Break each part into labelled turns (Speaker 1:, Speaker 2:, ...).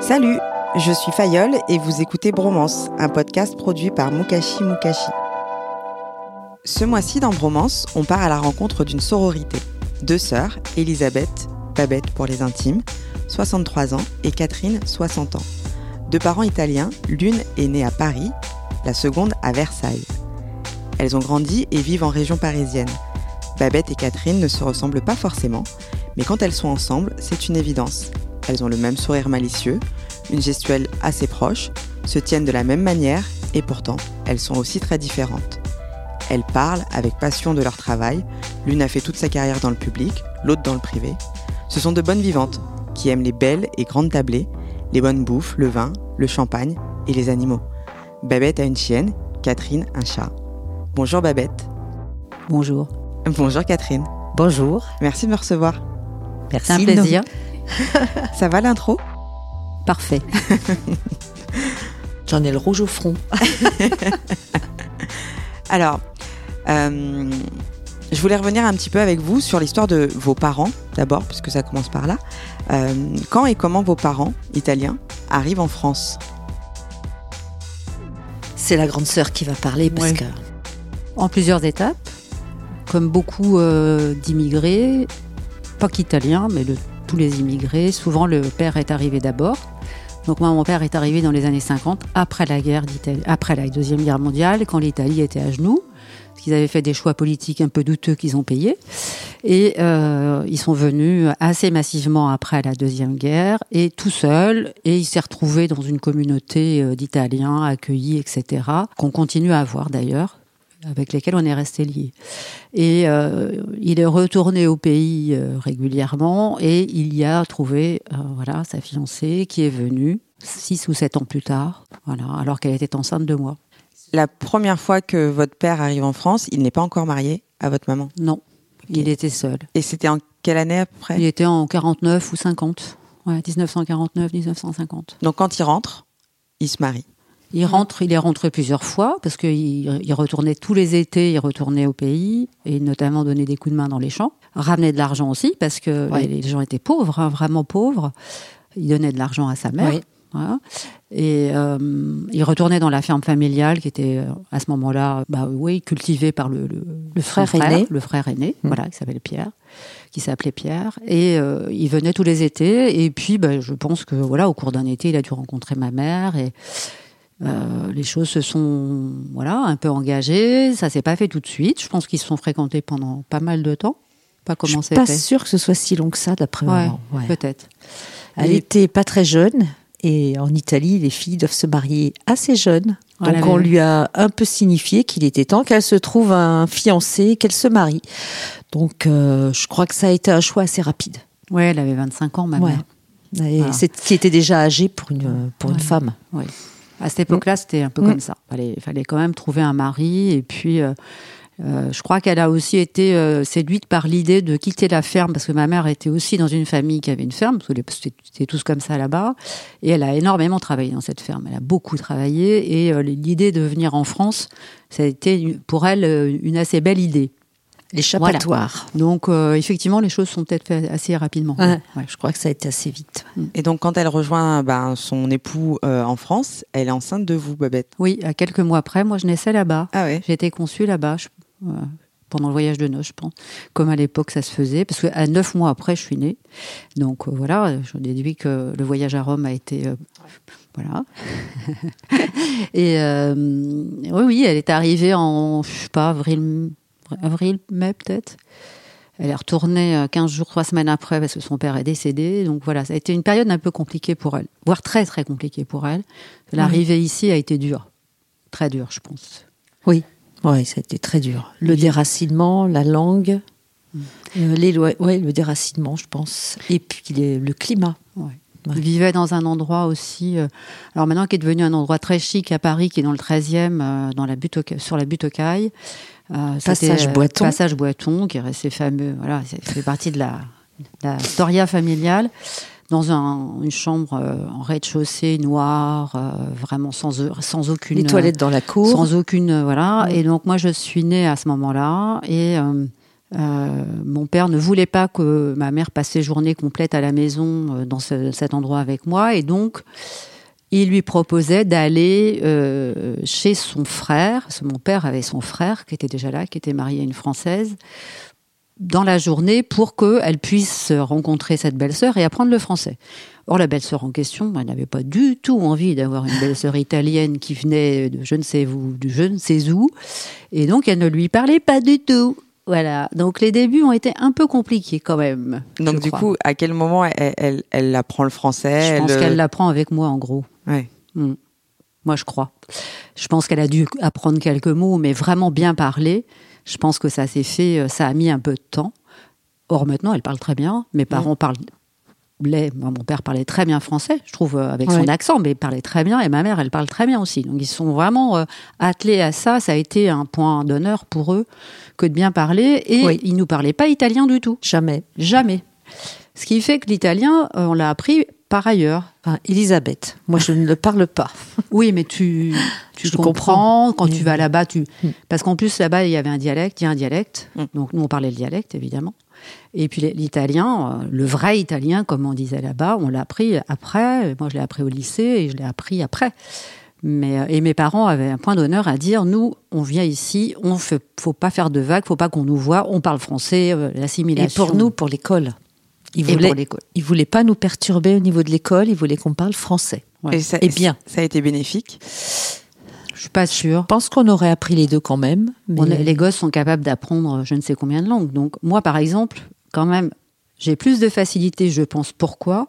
Speaker 1: Salut, je suis Fayol et vous écoutez Bromance, un podcast produit par Mukashi Mukashi. Ce mois-ci dans Bromance, on part à la rencontre d'une sororité. Deux sœurs, Elisabeth, Babette pour les intimes, 63 ans, et Catherine, 60 ans. Deux parents italiens, l'une est née à Paris, la seconde à Versailles. Elles ont grandi et vivent en région parisienne. Babette et Catherine ne se ressemblent pas forcément, mais quand elles sont ensemble, c'est une évidence. Elles ont le même sourire malicieux, une gestuelle assez proche, se tiennent de la même manière et pourtant, elles sont aussi très différentes. Elles parlent avec passion de leur travail, l'une a fait toute sa carrière dans le public, l'autre dans le privé. Ce sont de bonnes vivantes, qui aiment les belles et grandes tablées, les bonnes bouffes, le vin, le champagne et les animaux. Babette a une chienne, Catherine un chat. Bonjour Babette.
Speaker 2: Bonjour.
Speaker 1: Bonjour Catherine.
Speaker 2: Bonjour.
Speaker 1: Merci de me recevoir.
Speaker 2: C'est un plaisir.
Speaker 1: Ça va l'intro
Speaker 2: Parfait. J'en ai le rouge au front.
Speaker 1: Alors, euh, je voulais revenir un petit peu avec vous sur l'histoire de vos parents, d'abord, puisque ça commence par là. Euh, quand et comment vos parents, italiens, arrivent en France
Speaker 3: C'est la grande sœur qui va parler parce
Speaker 2: Ouais.
Speaker 3: que
Speaker 2: En plusieurs étapes, comme beaucoup euh, d'immigrés, pas qu'italiens, mais de tous les immigrés, souvent le père est arrivé d'abord. Donc moi, mon père est arrivé dans les années 50, après la guerre d'Italie, après la deuxième guerre mondiale, quand l'Italie était à genoux, parce qu'ils avaient fait des choix politiques un peu douteux qu'ils ont payés, et euh, ils sont venus assez massivement après la deuxième guerre et tout seul, et il s'est retrouvé dans une communauté euh, d'Italiens accueillis, etc. Qu'on continue à avoir d'ailleurs, avec lesquels on est resté liés. Et euh, il est retourné au pays euh, régulièrement et il y a trouvé euh, voilà, sa fiancée qui est venue six ou sept ans plus tard, voilà, alors qu'elle était enceinte de moi.
Speaker 1: La première fois que votre père arrive en France, il n'est pas encore marié à votre maman.
Speaker 2: Non, il était seul.
Speaker 1: Et c'était en quelle année après
Speaker 2: Il était en 49 ou 50. Ouais, 1949, 1950.
Speaker 1: Donc quand il rentre, il se marie.
Speaker 2: Il rentre, il est rentré plusieurs fois parce qu'il il retournait tous les étés, il retournait au pays et notamment donnait des coups de main dans les champs, ramenait de l'argent aussi parce que
Speaker 3: Ouais.
Speaker 2: les les gens étaient pauvres, hein, vraiment pauvres. Il donnait de l'argent à sa mère.
Speaker 3: Ouais.
Speaker 2: voilà. Et euh, il retournait dans la ferme familiale qui était euh, à ce moment-là, bah oui, cultivée par le, le-
Speaker 3: Le
Speaker 2: son
Speaker 3: frère aîné. Mmh.
Speaker 2: le frère aîné, voilà, qui s'appelle Pierre, qui s'appelait Pierre, et euh, il venait tous les étés. Et puis, bah, je pense que voilà, au cours d'un été, il a dû rencontrer ma mère et euh, les choses se sont voilà un peu engagées. Ça s'est pas fait tout de suite. Je pense qu'ils se sont fréquentés pendant pas mal de temps. Pas comment
Speaker 3: je suis pas
Speaker 2: c'était.
Speaker 3: sûre que ce soit si long que ça d'après
Speaker 2: Ouais,
Speaker 3: maman. Ouais.
Speaker 2: peut-être.
Speaker 3: Elle
Speaker 2: Et-
Speaker 3: était pas très jeune et en Italie, les filles doivent se marier assez jeunes.
Speaker 2: Ouais, la
Speaker 3: Donc on
Speaker 2: vérité.
Speaker 3: lui a un peu signifié qu'il était temps qu'elle se trouve un fiancé, qu'elle se marie. Donc euh, je crois que ça a été un choix assez rapide.
Speaker 2: Ouais, elle avait 25 ans, ma
Speaker 3: Ouais.
Speaker 2: mère.
Speaker 3: Et
Speaker 2: Voilà.
Speaker 3: c'est- qui était déjà âgée pour une pour une
Speaker 2: Ouais.
Speaker 3: femme.
Speaker 2: Oui. À cette époque-là,
Speaker 3: Mm.
Speaker 2: c'était un peu comme ça. Il fallait, fallait quand même trouver un mari. Et puis, euh, euh, je crois qu'elle a aussi été euh, séduite par l'idée de quitter la ferme, parce que ma mère était aussi dans une famille qui avait une ferme, parce que les- c'était c'était tous comme ça là-bas. Et elle a énormément travaillé dans cette ferme. Elle a beaucoup travaillé. Et euh, l'idée de venir en France, ça a été une- pour elle euh, une assez belle idée.
Speaker 3: L'échappatoire.
Speaker 2: Donc, euh, effectivement, les choses sont peut-être faites assez rapidement.
Speaker 3: Ouais.
Speaker 2: Ouais.
Speaker 3: Je crois que ça a été assez vite.
Speaker 1: Et donc quand elle rejoint ben, son époux euh, en France, elle est enceinte de vous, Babette.
Speaker 2: Oui, à quelques mois après, moi, je naissais là-bas.
Speaker 1: Ah ouais
Speaker 2: J'ai été conçue là-bas, je- euh, pendant le voyage de noces, je pense, comme à l'époque ça se faisait, parce qu'à neuf mois après, je suis née. Donc euh, voilà, je déduis que le voyage à Rome a été. euh, voilà. Et euh, oui, oui, elle est arrivée en, je sais pas, avril, avril mai peut-être. Elle est retournée euh, 15 jours, 3 semaines après parce que son père est décédé. Donc voilà, ça a été une période un peu compliquée pour elle, voire très très compliquée pour elle. L'arrivée ici a été dure, très dure, je pense.
Speaker 3: Oui, ouais, ça a été très dur. Le déracinement, la
Speaker 2: Mm.
Speaker 3: langue, euh, l'éloi- ouais, le déracinement, je pense. Et puis les- le climat. Ouais.
Speaker 2: Il vivait dans un endroit aussi, euh, alors maintenant qui est devenu un endroit très chic à Paris, qui est dans le 13e, euh, dans la butte aux- sur la butte aux Cailles. Euh, c'était,
Speaker 3: Passage
Speaker 2: euh,
Speaker 3: Boiton.
Speaker 2: Passage Boiton, qui est resté fameux. Voilà, ça fait partie de la, de la storia familiale. Dans un- une chambre euh, en rez-de-chaussée noire, euh, vraiment sans, sans aucune.
Speaker 3: Les toilettes
Speaker 1: euh,
Speaker 3: dans la cour.
Speaker 2: Sans aucune, euh, voilà. Et donc moi, je suis née à ce moment-là et euh, euh, mon père ne voulait pas que ma mère passe ses journées complètes à la maison euh, dans ce- cet endroit avec moi et donc il lui proposait d'aller euh, chez son frère, parce que mon père avait son frère qui était déjà là, qui était marié à une Française, dans la journée pour qu'elle puisse rencontrer cette belle-sœur et apprendre le français. Or, la belle-sœur en question, elle n'avait pas du tout envie d'avoir une belle-sœur italienne qui venait de je ne sais où, de je ne sais où, et donc elle ne lui parlait pas du tout. Voilà, donc les débuts ont été un peu compliqués quand même.
Speaker 1: Donc
Speaker 2: je
Speaker 1: du
Speaker 2: crois.
Speaker 1: coup, à quel moment elle, elle, elle apprend le français
Speaker 2: je pense
Speaker 1: elle, euh,
Speaker 2: qu'elle l'apprend avec moi en gros.
Speaker 1: ouais.
Speaker 2: Hmm. Moi, je crois. Je pense qu'elle a dû apprendre quelques mots, mais vraiment bien parler. Je pense que ça s'est fait, euh, ça a mis un peu de temps. Or, maintenant, elle parle très bien. Mes
Speaker 3: Mm.
Speaker 2: parents parlent. les- moi, mon père parlait très bien français, je trouve, euh, avec son
Speaker 3: Ouais.
Speaker 2: accent, mais il parlait très bien. Et ma mère, elle parle très bien aussi. Donc, ils sont vraiment euh, attelés à ça. Ça a été un point d'honneur pour eux que de bien parler. Et
Speaker 3: Oui.
Speaker 2: ils ne nous parlaient pas italien du tout.
Speaker 3: Jamais.
Speaker 2: Jamais. Ce qui fait que l'italien, euh, on l'a appris par ailleurs.
Speaker 3: Enfin, Elisabeth, moi je ne le parle pas.
Speaker 2: Oui, mais tu, tu
Speaker 3: Je
Speaker 2: comprends.
Speaker 3: comprends.
Speaker 2: Quand tu
Speaker 3: Mm.
Speaker 2: vas là-bas, tu.
Speaker 3: Mm.
Speaker 2: Parce qu'en plus, là-bas, il y avait un dialecte, il y a un dialecte.
Speaker 1: Mm.
Speaker 2: Donc, nous, on parlait le dialecte, évidemment. Et puis, l'italien, euh, le vrai italien, comme on disait là-bas, on l'a appris après. Moi, je l'ai appris au lycée et je l'ai appris après. Mais, euh, et mes parents avaient un point d'honneur à dire nous, on vient ici, on ne faut pas faire de vagues, faut pas qu'on nous voit, on parle français, euh,
Speaker 3: Et
Speaker 2: l'assimilation.
Speaker 3: pour nous, pour l'école. Il
Speaker 2: et
Speaker 3: voulait,
Speaker 2: pour l'école.
Speaker 3: il voulait pas nous perturber au niveau de l'école, il voulait qu'on parle français.
Speaker 2: Ouais.
Speaker 1: ça,
Speaker 3: Et bien.
Speaker 1: Ça a été bénéfique.
Speaker 2: Je suis pas sûre.
Speaker 3: Je pense qu'on aurait appris les deux quand même. Mais
Speaker 2: On est- les gosses sont capables d'apprendre euh, je ne sais combien de langues. Donc moi, par exemple, quand même, j'ai plus de facilité, je pense. Pourquoi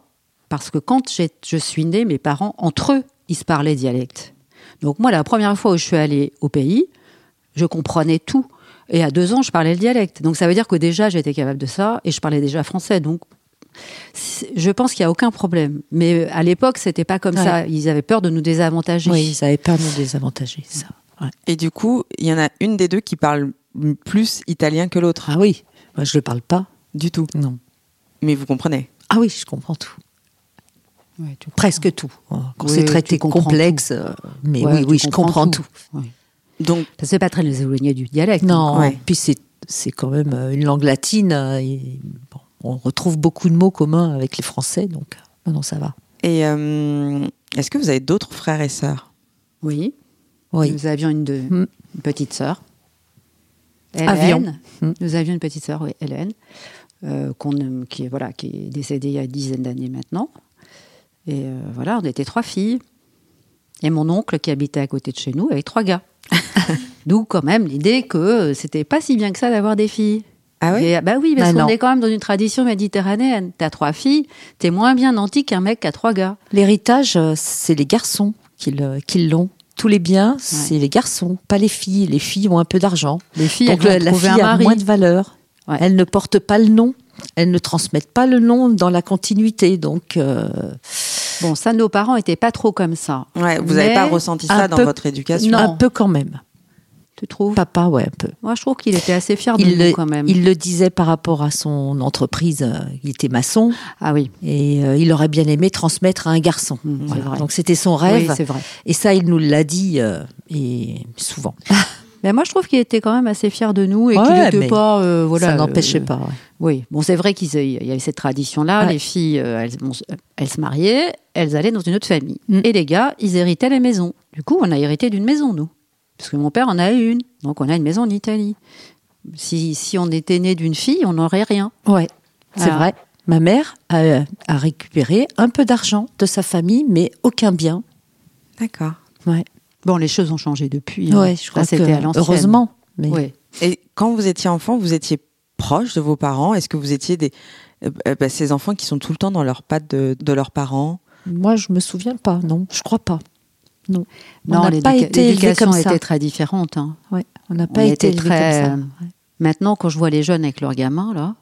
Speaker 2: Parce que quand j'ai- je suis née, mes parents, entre eux, ils se parlaient dialecte. Donc moi, la première fois où je suis allée au pays, je comprenais tout. Et à deux ans, je parlais le dialecte. Donc ça veut dire que déjà, j'étais capable de ça et je parlais déjà français. Donc c'est- je pense qu'il n'y a aucun problème. Mais à l'époque, c'était pas comme
Speaker 3: Ouais.
Speaker 2: ça. Ils avaient peur de nous désavantager.
Speaker 3: Oui, ils avaient peur de nous désavantager, ça. Ouais.
Speaker 1: Et du coup, il y en a une des deux qui parle m- plus italien que l'autre.
Speaker 3: Ah oui, moi je le parle pas.
Speaker 1: Du tout.
Speaker 3: Non.
Speaker 1: Mais vous comprenez.
Speaker 3: Ah oui, je comprends tout.
Speaker 2: Ouais, tu comprends.
Speaker 3: Presque tout. hein. Quand
Speaker 2: Oui,
Speaker 3: c'est traité
Speaker 2: tu comprends
Speaker 3: complexe, euh, mais
Speaker 2: Ouais,
Speaker 3: oui,
Speaker 2: tu
Speaker 3: oui, je comprends tout.
Speaker 2: Ouais.
Speaker 1: Donc,
Speaker 2: Ça se fait pas très les éloigner du dialecte. hein.
Speaker 3: Non,
Speaker 1: Ouais.
Speaker 3: puis c'est, c'est quand même euh, une langue latine. euh, et, bon, on retrouve beaucoup de mots communs avec les Français, donc non, non, ça va.
Speaker 1: et euh, est-ce que vous avez d'autres frères et sœurs
Speaker 2: Oui.
Speaker 3: Oui.
Speaker 2: Nous avions une, de-
Speaker 3: Mm.
Speaker 2: une petite sœur.
Speaker 3: Avion.
Speaker 2: Hélène.
Speaker 3: Mm.
Speaker 2: Nous avions une petite sœur, oui, Hélène, euh, qu'on, euh, qui, est- voilà, qui est décédée il y a une dizaine d'années maintenant. Et euh, voilà, on était trois filles. Et mon oncle, qui habitait à côté de chez nous, avait trois gars. D'où quand même l'idée que euh, c'était pas si bien que ça d'avoir des filles.
Speaker 1: Ah oui
Speaker 2: Et, bah oui, parce
Speaker 3: Ah non.
Speaker 2: qu'on est quand même dans une tradition méditerranéenne. T'as trois filles, t'es moins bien nanti qu'un mec qui a trois gars.
Speaker 3: L'héritage, euh, c'est les garçons qui, le- qui l'ont. Tous les biens, c'est les garçons, pas les filles. Les filles ont un peu d'argent.
Speaker 2: Les filles,
Speaker 3: Donc
Speaker 2: elles vont
Speaker 3: le- la
Speaker 2: trouver
Speaker 3: fille
Speaker 2: un
Speaker 3: a
Speaker 2: mari.
Speaker 3: moins de valeur.
Speaker 2: Ouais.
Speaker 3: Elles ne portent pas le nom. Elles ne transmettent pas le nom dans la continuité. Donc, euh,
Speaker 2: Bon, ça, nos parents étaient pas trop comme ça.
Speaker 1: Ouais, Vous n'avez
Speaker 2: Mais
Speaker 1: pas ressenti
Speaker 3: un
Speaker 1: ça dans
Speaker 3: peu-
Speaker 1: votre éducation
Speaker 2: Non.
Speaker 3: un peu quand même.
Speaker 2: Tu trouves
Speaker 3: Papa, ouais, un peu.
Speaker 2: Moi, je trouve qu'il était assez fier de
Speaker 3: Il
Speaker 2: nous
Speaker 3: le,
Speaker 2: quand même.
Speaker 3: il le disait par rapport à son entreprise. euh, Il était maçon
Speaker 2: Ah oui,
Speaker 3: et euh, il aurait bien aimé transmettre à un garçon.
Speaker 2: Mmh, c'est vrai.
Speaker 3: Donc c'était son
Speaker 2: oui,
Speaker 3: rêve.
Speaker 2: c'est vrai.
Speaker 3: et ça, il nous l'a dit euh, et souvent.
Speaker 2: Mais moi, je trouve qu'il était quand même assez fier de nous et qu'il
Speaker 3: Ouais,
Speaker 2: n'était
Speaker 3: mais
Speaker 2: pas. euh, voilà,
Speaker 3: ça n'empêchait
Speaker 2: euh,
Speaker 3: pas. ouais.
Speaker 2: Oui, bon, c'est vrai qu'il y avait cette tradition-là.
Speaker 3: Ouais.
Speaker 2: Les filles, euh, elles, bon, elles se mariaient, elles allaient dans une autre famille.
Speaker 3: Mm.
Speaker 2: Et les gars, ils héritaient les maisons. Du coup, on a hérité d'une maison, nous. Parce que mon père en a une. Donc, on a une maison en Italie. Si, si on était né d'une fille, on n'aurait rien.
Speaker 3: Ouais, c'est
Speaker 2: Ah.
Speaker 3: vrai. Ma mère a, a récupéré un peu d'argent de sa famille, mais aucun bien.
Speaker 1: D'accord.
Speaker 3: Ouais.
Speaker 2: Bon, les choses ont changé depuis. hein.
Speaker 3: Ouais, je
Speaker 2: Ça,
Speaker 3: crois
Speaker 2: c'était
Speaker 3: que,
Speaker 2: à l'ancienne.
Speaker 3: heureusement. Mais
Speaker 2: Ouais.
Speaker 1: Et quand vous étiez enfant, vous étiez proche de vos parents Est-ce que vous étiez des euh, euh, bah, ces enfants qui sont tout le temps dans leurs pattes de, de leurs parents
Speaker 3: moi, je me souviens pas. Non, je crois pas. Non, On
Speaker 2: Non,
Speaker 3: n'a
Speaker 2: l'éduca-
Speaker 3: pas été élevés
Speaker 2: l'éducation
Speaker 3: comme ça.
Speaker 2: était très différente. hein.
Speaker 3: Ouais, on n'a
Speaker 2: On
Speaker 3: pas été
Speaker 2: était
Speaker 3: élevés
Speaker 2: très,
Speaker 3: comme ça.
Speaker 2: euh, Maintenant, quand je vois les jeunes avec leurs gamins, là,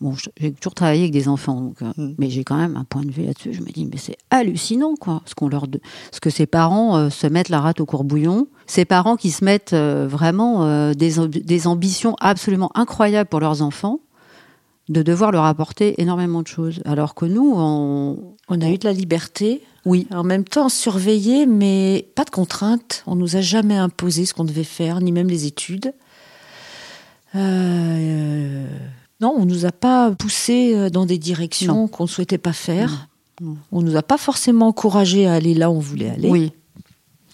Speaker 2: bon, je- j'ai toujours travaillé avec des enfants, donc, euh,
Speaker 1: Mm.
Speaker 2: mais j'ai quand même un point de vue là-dessus. Je me dis, mais c'est hallucinant, quoi, ce qu'on leur, de- ce que ces parents euh, se mettent la rate au courbouillon, ces parents qui se mettent euh, vraiment euh, des, amb- des ambitions absolument incroyables pour leurs enfants, de devoir leur apporter énormément de choses, alors que nous, on,
Speaker 3: On a eu de la liberté.
Speaker 2: oui,
Speaker 3: En même temps, surveillé, mais pas de contraintes. On nous a jamais imposé ce qu'on devait faire, ni même les études. Euh, non, on nous a pas poussé euh, dans des directions
Speaker 2: Non.
Speaker 3: qu'on ne souhaitait pas faire.
Speaker 2: Non, non.
Speaker 3: On nous a pas forcément encouragé à aller là où on voulait aller.
Speaker 2: oui,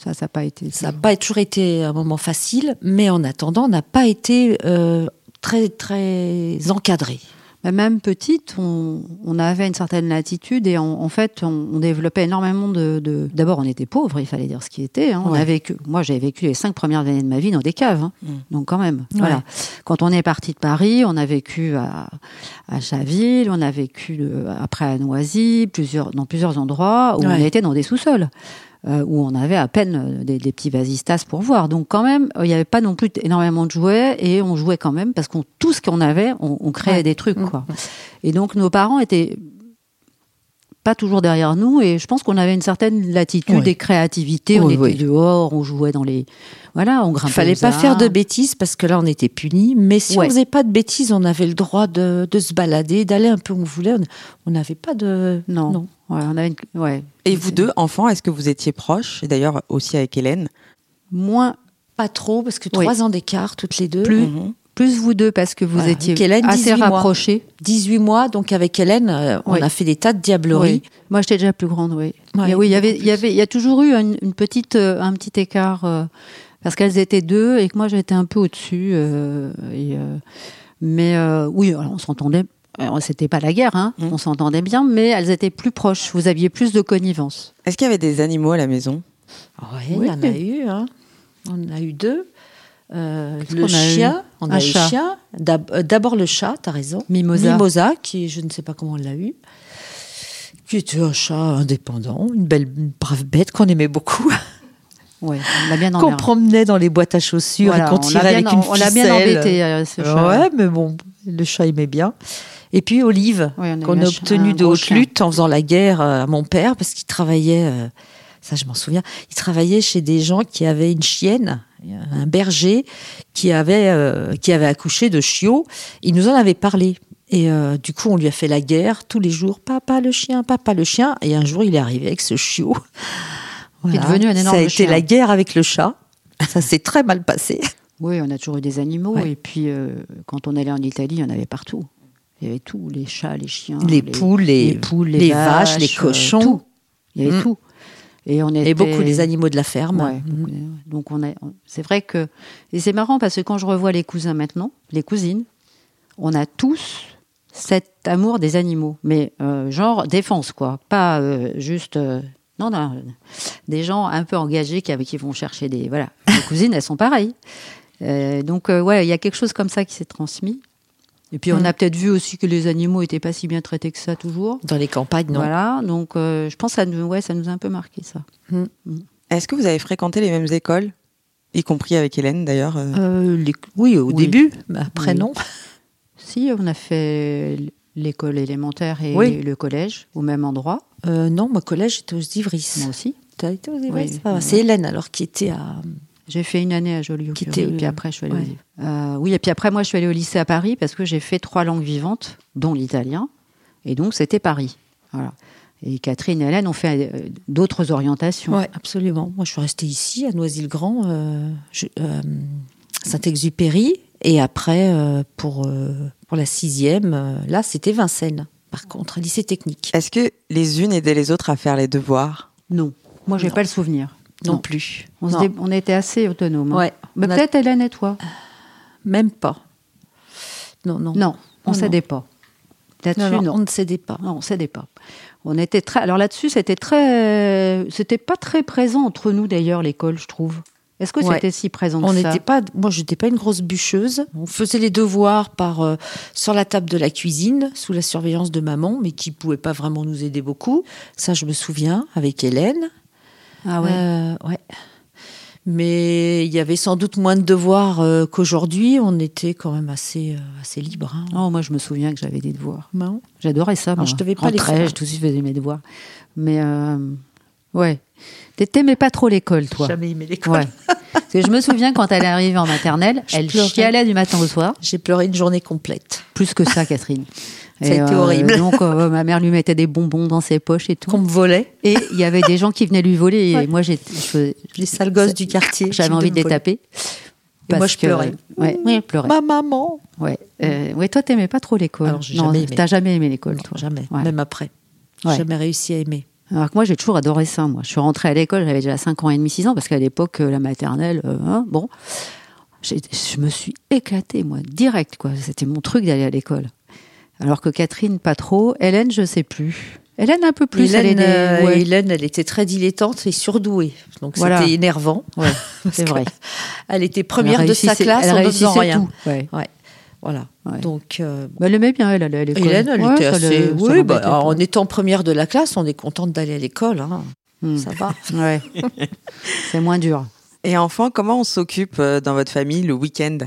Speaker 2: ça, ça n'a pas été.
Speaker 3: Ça n'a pas toujours été un moment facile, mais en attendant, on n'a pas été euh, très très encadré.
Speaker 2: Bah, Même petite, on, on avait une certaine latitude et en, en fait, on, on développait énormément de. de- D'abord, on était pauvres, il fallait dire ce qui était. hein. On
Speaker 1: Ouais.
Speaker 2: a vécu, moi, j'ai vécu les cinq premières années de ma vie dans des caves. hein. Donc, quand même, voilà. Quand on est parti de Paris, on a vécu à, à Chaville, on a vécu euh, après à Noisy, plusieurs, dans plusieurs endroits où on
Speaker 3: Ouais.
Speaker 2: était dans des sous-sols. euh, où on avait à peine euh, des, des petits vasistas pour voir. Donc quand même, euh, il n'y avait pas non plus énormément de jouets et on jouait quand même parce qu'on tout ce qu'on avait, on, on créait
Speaker 3: Ouais. Mmh.
Speaker 2: des trucs quoi. Et donc nos parents étaient pas toujours derrière nous et je pense qu'on avait une certaine latitude
Speaker 3: Ouais.
Speaker 2: et créativité. on
Speaker 3: Oui,
Speaker 2: était
Speaker 3: oui.
Speaker 2: dehors, on jouait dans les voilà, on
Speaker 3: Il
Speaker 2: grimpait.
Speaker 3: fallait
Speaker 2: aux
Speaker 3: pas faire de
Speaker 2: arbres.
Speaker 3: bêtises parce que là, on était punis. Mais si
Speaker 2: Ouais.
Speaker 3: on faisait pas de bêtises, on avait le droit de, de se balader, d'aller un peu où on voulait. On- On n'avait pas de
Speaker 2: Non. Ouais, on avait une- ouais.
Speaker 1: Et vous deux, enfants, est-ce que vous étiez proches Et d'ailleurs aussi avec Hélène
Speaker 2: moins
Speaker 3: pas trop parce que
Speaker 2: Oui.
Speaker 3: trois ans d'écart toutes les deux.
Speaker 2: plus
Speaker 1: Mhm.
Speaker 2: plus vous deux parce que vous
Speaker 3: Voilà.
Speaker 2: étiez
Speaker 3: Donc, Hélène,
Speaker 2: assez
Speaker 3: 18 mois.
Speaker 2: rapprochés.
Speaker 3: 18 mois, donc avec Hélène, euh, on
Speaker 2: Oui.
Speaker 3: a fait des tas de
Speaker 2: Oui.
Speaker 3: diableries.
Speaker 2: Moi, j'étais déjà plus grande, oui.
Speaker 3: Ouais,
Speaker 2: Mais oui, il y avait,
Speaker 3: beaucoup
Speaker 2: il y avait, il y a toujours eu une, une petite, euh, un petit écart euh, parce qu'elles étaient deux et que moi j'étais un peu au-dessus. euh, et, euh, mais euh, oui, alors, on s'entendait. alors, C'était pas la guerre, hein.
Speaker 3: Mhm.
Speaker 2: On s'entendait bien, mais elles étaient plus proches. Vous aviez plus de connivence.
Speaker 1: Est-ce qu'il y avait des animaux à la maison
Speaker 3: Ah Ouais, Il y en a eu. hein. On a eu deux. Euh,
Speaker 2: Qu'est-ce
Speaker 3: le
Speaker 2: qu'on a eu
Speaker 3: chien, on
Speaker 2: Un
Speaker 3: a eu
Speaker 2: chat.
Speaker 3: le chien. D'ab- euh, D'abord le chat, t'as raison.
Speaker 2: Mimosa.
Speaker 3: Mimosa, qui je ne sais pas comment on l'a eu. Qui était un chat indépendant, une belle, une brave bête qu'on aimait beaucoup,
Speaker 2: Ouais, on l'a bien
Speaker 3: qu'on
Speaker 2: emmerdé.
Speaker 3: promenait dans les boîtes à chaussures
Speaker 2: Voilà,
Speaker 3: et qu'on
Speaker 2: on l'a
Speaker 3: tirait
Speaker 2: bien-
Speaker 3: avec une
Speaker 2: On l'a bien
Speaker 3: ficelle.
Speaker 2: embêté, euh, ce chat.
Speaker 3: Ouais, mais bon, le chat aimait bien. Et puis Olive,
Speaker 2: Oui, on a
Speaker 3: qu'on
Speaker 2: eu un
Speaker 3: a
Speaker 2: ch- un
Speaker 3: obtenu de
Speaker 2: gros
Speaker 3: haute
Speaker 2: chien.
Speaker 3: lutte en faisant la guerre euh, à mon père, parce qu'il travaillait, euh, ça je m'en souviens, il travaillait chez des gens qui avaient une chienne, euh, un berger, qui avait, euh, qui avait accouché de chiots. Il nous en avait parlé. Et euh, du coup, on lui a fait la guerre tous les jours. Papa le chien, papa le chien. Et un jour, il est arrivé avec ce chiot.
Speaker 2: Qui est devenu un énorme
Speaker 3: Ça a été
Speaker 2: chien.
Speaker 3: la guerre avec le chat. Ça s'est très mal passé.
Speaker 2: Oui, on a toujours eu des animaux.
Speaker 3: Ouais.
Speaker 2: Et puis, euh, quand on allait en Italie, il y en avait partout. Il y avait tout, les chats, les chiens,
Speaker 3: Les poules, les-
Speaker 2: poules,
Speaker 3: les vaches, les
Speaker 2: euh,
Speaker 3: cochons.
Speaker 2: tout. Il y avait
Speaker 3: Mm.
Speaker 2: tout. Et on était
Speaker 3: Et beaucoup les animaux de la ferme. Mm.
Speaker 2: Ouais, beaucoup les- Donc on a, on- c'est vrai que et c'est marrant parce que quand je revois les cousins maintenant, les cousines, on a tous cet amour des animaux, mais euh, genre défense quoi, pas euh, juste euh, non non euh, des gens un peu engagés qui avec qui vont chercher des voilà. Les cousines elles sont pareilles. Euh, donc euh, ouais, il y a quelque chose comme ça qui s'est transmis. Et puis on a peut-être vu aussi que les animaux étaient pas si bien traités que ça toujours.
Speaker 3: Dans les campagnes, non.
Speaker 2: Voilà, donc euh, je pense que ça nous, ouais, ça nous a un peu marqué ça.
Speaker 1: Est-ce que vous avez fréquenté les mêmes écoles Y compris avec Hélène d'ailleurs euh,
Speaker 3: Euh, les- Oui, au
Speaker 2: Oui.
Speaker 3: début, mais après
Speaker 2: Oui.
Speaker 3: non.
Speaker 2: Si, on a fait l- l'école élémentaire et
Speaker 3: Oui.
Speaker 2: le collège au même endroit,
Speaker 3: Euh, non, moi, collège, j'étais aux Ivris.
Speaker 2: moi aussi.
Speaker 3: T'as été aux Ivris
Speaker 2: Oui.
Speaker 3: Ah, C'est Hélène, alors, qui était à.
Speaker 2: J'ai fait une année à joliot
Speaker 3: Qui
Speaker 2: curie
Speaker 3: était-
Speaker 2: puis après je suis allée
Speaker 3: ouais.
Speaker 2: au livre. Euh, oui, et puis après moi je suis allée au lycée à Paris parce que j'ai fait trois langues vivantes, dont l'italien, et donc c'était Paris. Voilà. Et Catherine et Hélène ont fait euh, d'autres orientations.
Speaker 3: Ouais, absolument. Moi, je suis restée ici, à Noisy-le-Grand, euh, je- euh, Saint-Exupéry. Et après, euh, pour, euh, pour la sixième, euh, là, c'était Vincennes, par contre, un lycée technique.
Speaker 1: Est-ce que les unes aidaient les autres à faire les devoirs
Speaker 2: Non, moi j'ai
Speaker 3: Non.
Speaker 2: pas le souvenir.
Speaker 3: Non,
Speaker 2: Euh, Non.
Speaker 3: plus.
Speaker 2: On, se
Speaker 3: Non.
Speaker 2: dé- on était assez autonomes. hein.
Speaker 3: Ouais.
Speaker 2: Mais
Speaker 3: On a- Ah.
Speaker 2: peut-être Hélène et toi.
Speaker 3: Même pas. Non, non.
Speaker 2: Non, on
Speaker 3: Non,
Speaker 2: s'aidait pas. Là-dessus,
Speaker 3: Non,
Speaker 2: non,
Speaker 3: non, on ne s'aidait pas.
Speaker 2: Non, on s'aidait pas. On était très. Alors là-dessus, c'était très. C'était pas très présent entre nous d'ailleurs l'école, je trouve. Est-ce que
Speaker 3: Ouais.
Speaker 2: c'était si présent
Speaker 3: on
Speaker 2: que ça
Speaker 3: n'était pas, moi, je n'étais pas une grosse bûcheuse. On faisait les devoirs par euh, sur la table de la cuisine, sous la surveillance de maman, mais qui pouvait pas vraiment nous aider beaucoup. Ça, je me souviens avec Hélène.
Speaker 2: Ah ouais.
Speaker 3: Euh, ouais. Mais il y avait sans doute moins de devoirs euh, qu'aujourd'hui. On était quand même assez euh, assez libre. hein.
Speaker 2: Oh, moi, je me souviens que j'avais des devoirs.
Speaker 3: Maman.
Speaker 2: J'adorais ça.
Speaker 3: Alors,
Speaker 2: moi.
Speaker 3: je devais pas les
Speaker 2: Rentrais,
Speaker 3: faire.
Speaker 2: Je tout de suite faisais mes devoirs. Mais euh, ouais, T'é- t'aimais pas trop l'école, toi.
Speaker 3: Jamais aimé l'école.
Speaker 2: Ouais. Parce que je me souviens quand elle est arrivée en maternelle,
Speaker 3: Je
Speaker 2: elle
Speaker 3: pleurais.
Speaker 2: chialait du matin au soir.
Speaker 3: J'ai pleuré une journée complète.
Speaker 2: Plus que ça, Catherine.
Speaker 3: Ça a été horrible.
Speaker 2: Donc, euh, ma mère lui mettait des bonbons dans ses poches et tout.
Speaker 3: Qu'on me volait.
Speaker 2: Et il y avait des gens qui venaient lui voler. Et
Speaker 3: Ouais.
Speaker 2: moi, j'étais- je fais-
Speaker 3: Les sales gosses du quartier.
Speaker 2: j'avais
Speaker 3: qui
Speaker 2: envie de les
Speaker 3: me volaient.
Speaker 2: taper.
Speaker 3: Et moi,
Speaker 2: Parce
Speaker 3: je
Speaker 2: que-
Speaker 3: pleurais.
Speaker 2: Ouais, oui, elle pleurait.
Speaker 3: Ma maman.
Speaker 2: Ouais. Euh, ouais, toi, t'aimais pas trop l'école.
Speaker 3: Alors, j'ai
Speaker 2: Non,
Speaker 3: jamais aimé.
Speaker 2: T'as jamais aimé l'école,
Speaker 3: Non,
Speaker 2: toi.
Speaker 3: jamais.
Speaker 2: Ouais.
Speaker 3: Même après.
Speaker 2: Ouais.
Speaker 3: J'ai Jamais réussi à aimer.
Speaker 2: Alors que moi, j'ai toujours adoré ça. Moi, je suis rentrée à l'école, j'avais déjà 5 ans et demi, 6 ans, parce qu'à l'époque, euh, la maternelle, euh, hein, bon, J'ai- je me suis éclatée, moi, direct, quoi. C'était mon truc d'aller à l'école. Alors que Catherine, pas trop. Hélène, je sais plus. Hélène, un peu plus.
Speaker 3: Hélène,
Speaker 2: elle est
Speaker 3: euh,
Speaker 2: née- ouais,
Speaker 3: Hélène, elle était très dilettante et surdouée. Donc
Speaker 2: Voilà.
Speaker 3: c'était énervant.
Speaker 2: ouais,
Speaker 3: parce
Speaker 2: c'est
Speaker 3: que
Speaker 2: vrai.
Speaker 3: Elle était
Speaker 2: Elle
Speaker 3: première de sa
Speaker 2: réussissait-
Speaker 3: classe
Speaker 2: elle
Speaker 3: en ne
Speaker 2: réussissait
Speaker 3: faisant rien.
Speaker 2: tout, ouais.
Speaker 3: Ouais. Voilà.
Speaker 2: Ouais.
Speaker 3: Donc euh, bon.
Speaker 2: Mais elle aimait bien, elle allait à l'école.
Speaker 3: Hélène, elle
Speaker 2: Ouais,
Speaker 3: était
Speaker 2: ça
Speaker 3: assez.
Speaker 2: le- hein. ça
Speaker 3: oui,
Speaker 2: l'embêtait
Speaker 3: bah,
Speaker 2: pas.
Speaker 3: en étant première de la classe, on est contente d'aller à l'école. hein.
Speaker 2: Hmm.
Speaker 3: Ça va.
Speaker 2: Ouais. c'est moins dur.
Speaker 1: Et enfin, comment on s'occupe euh, dans votre famille le week-end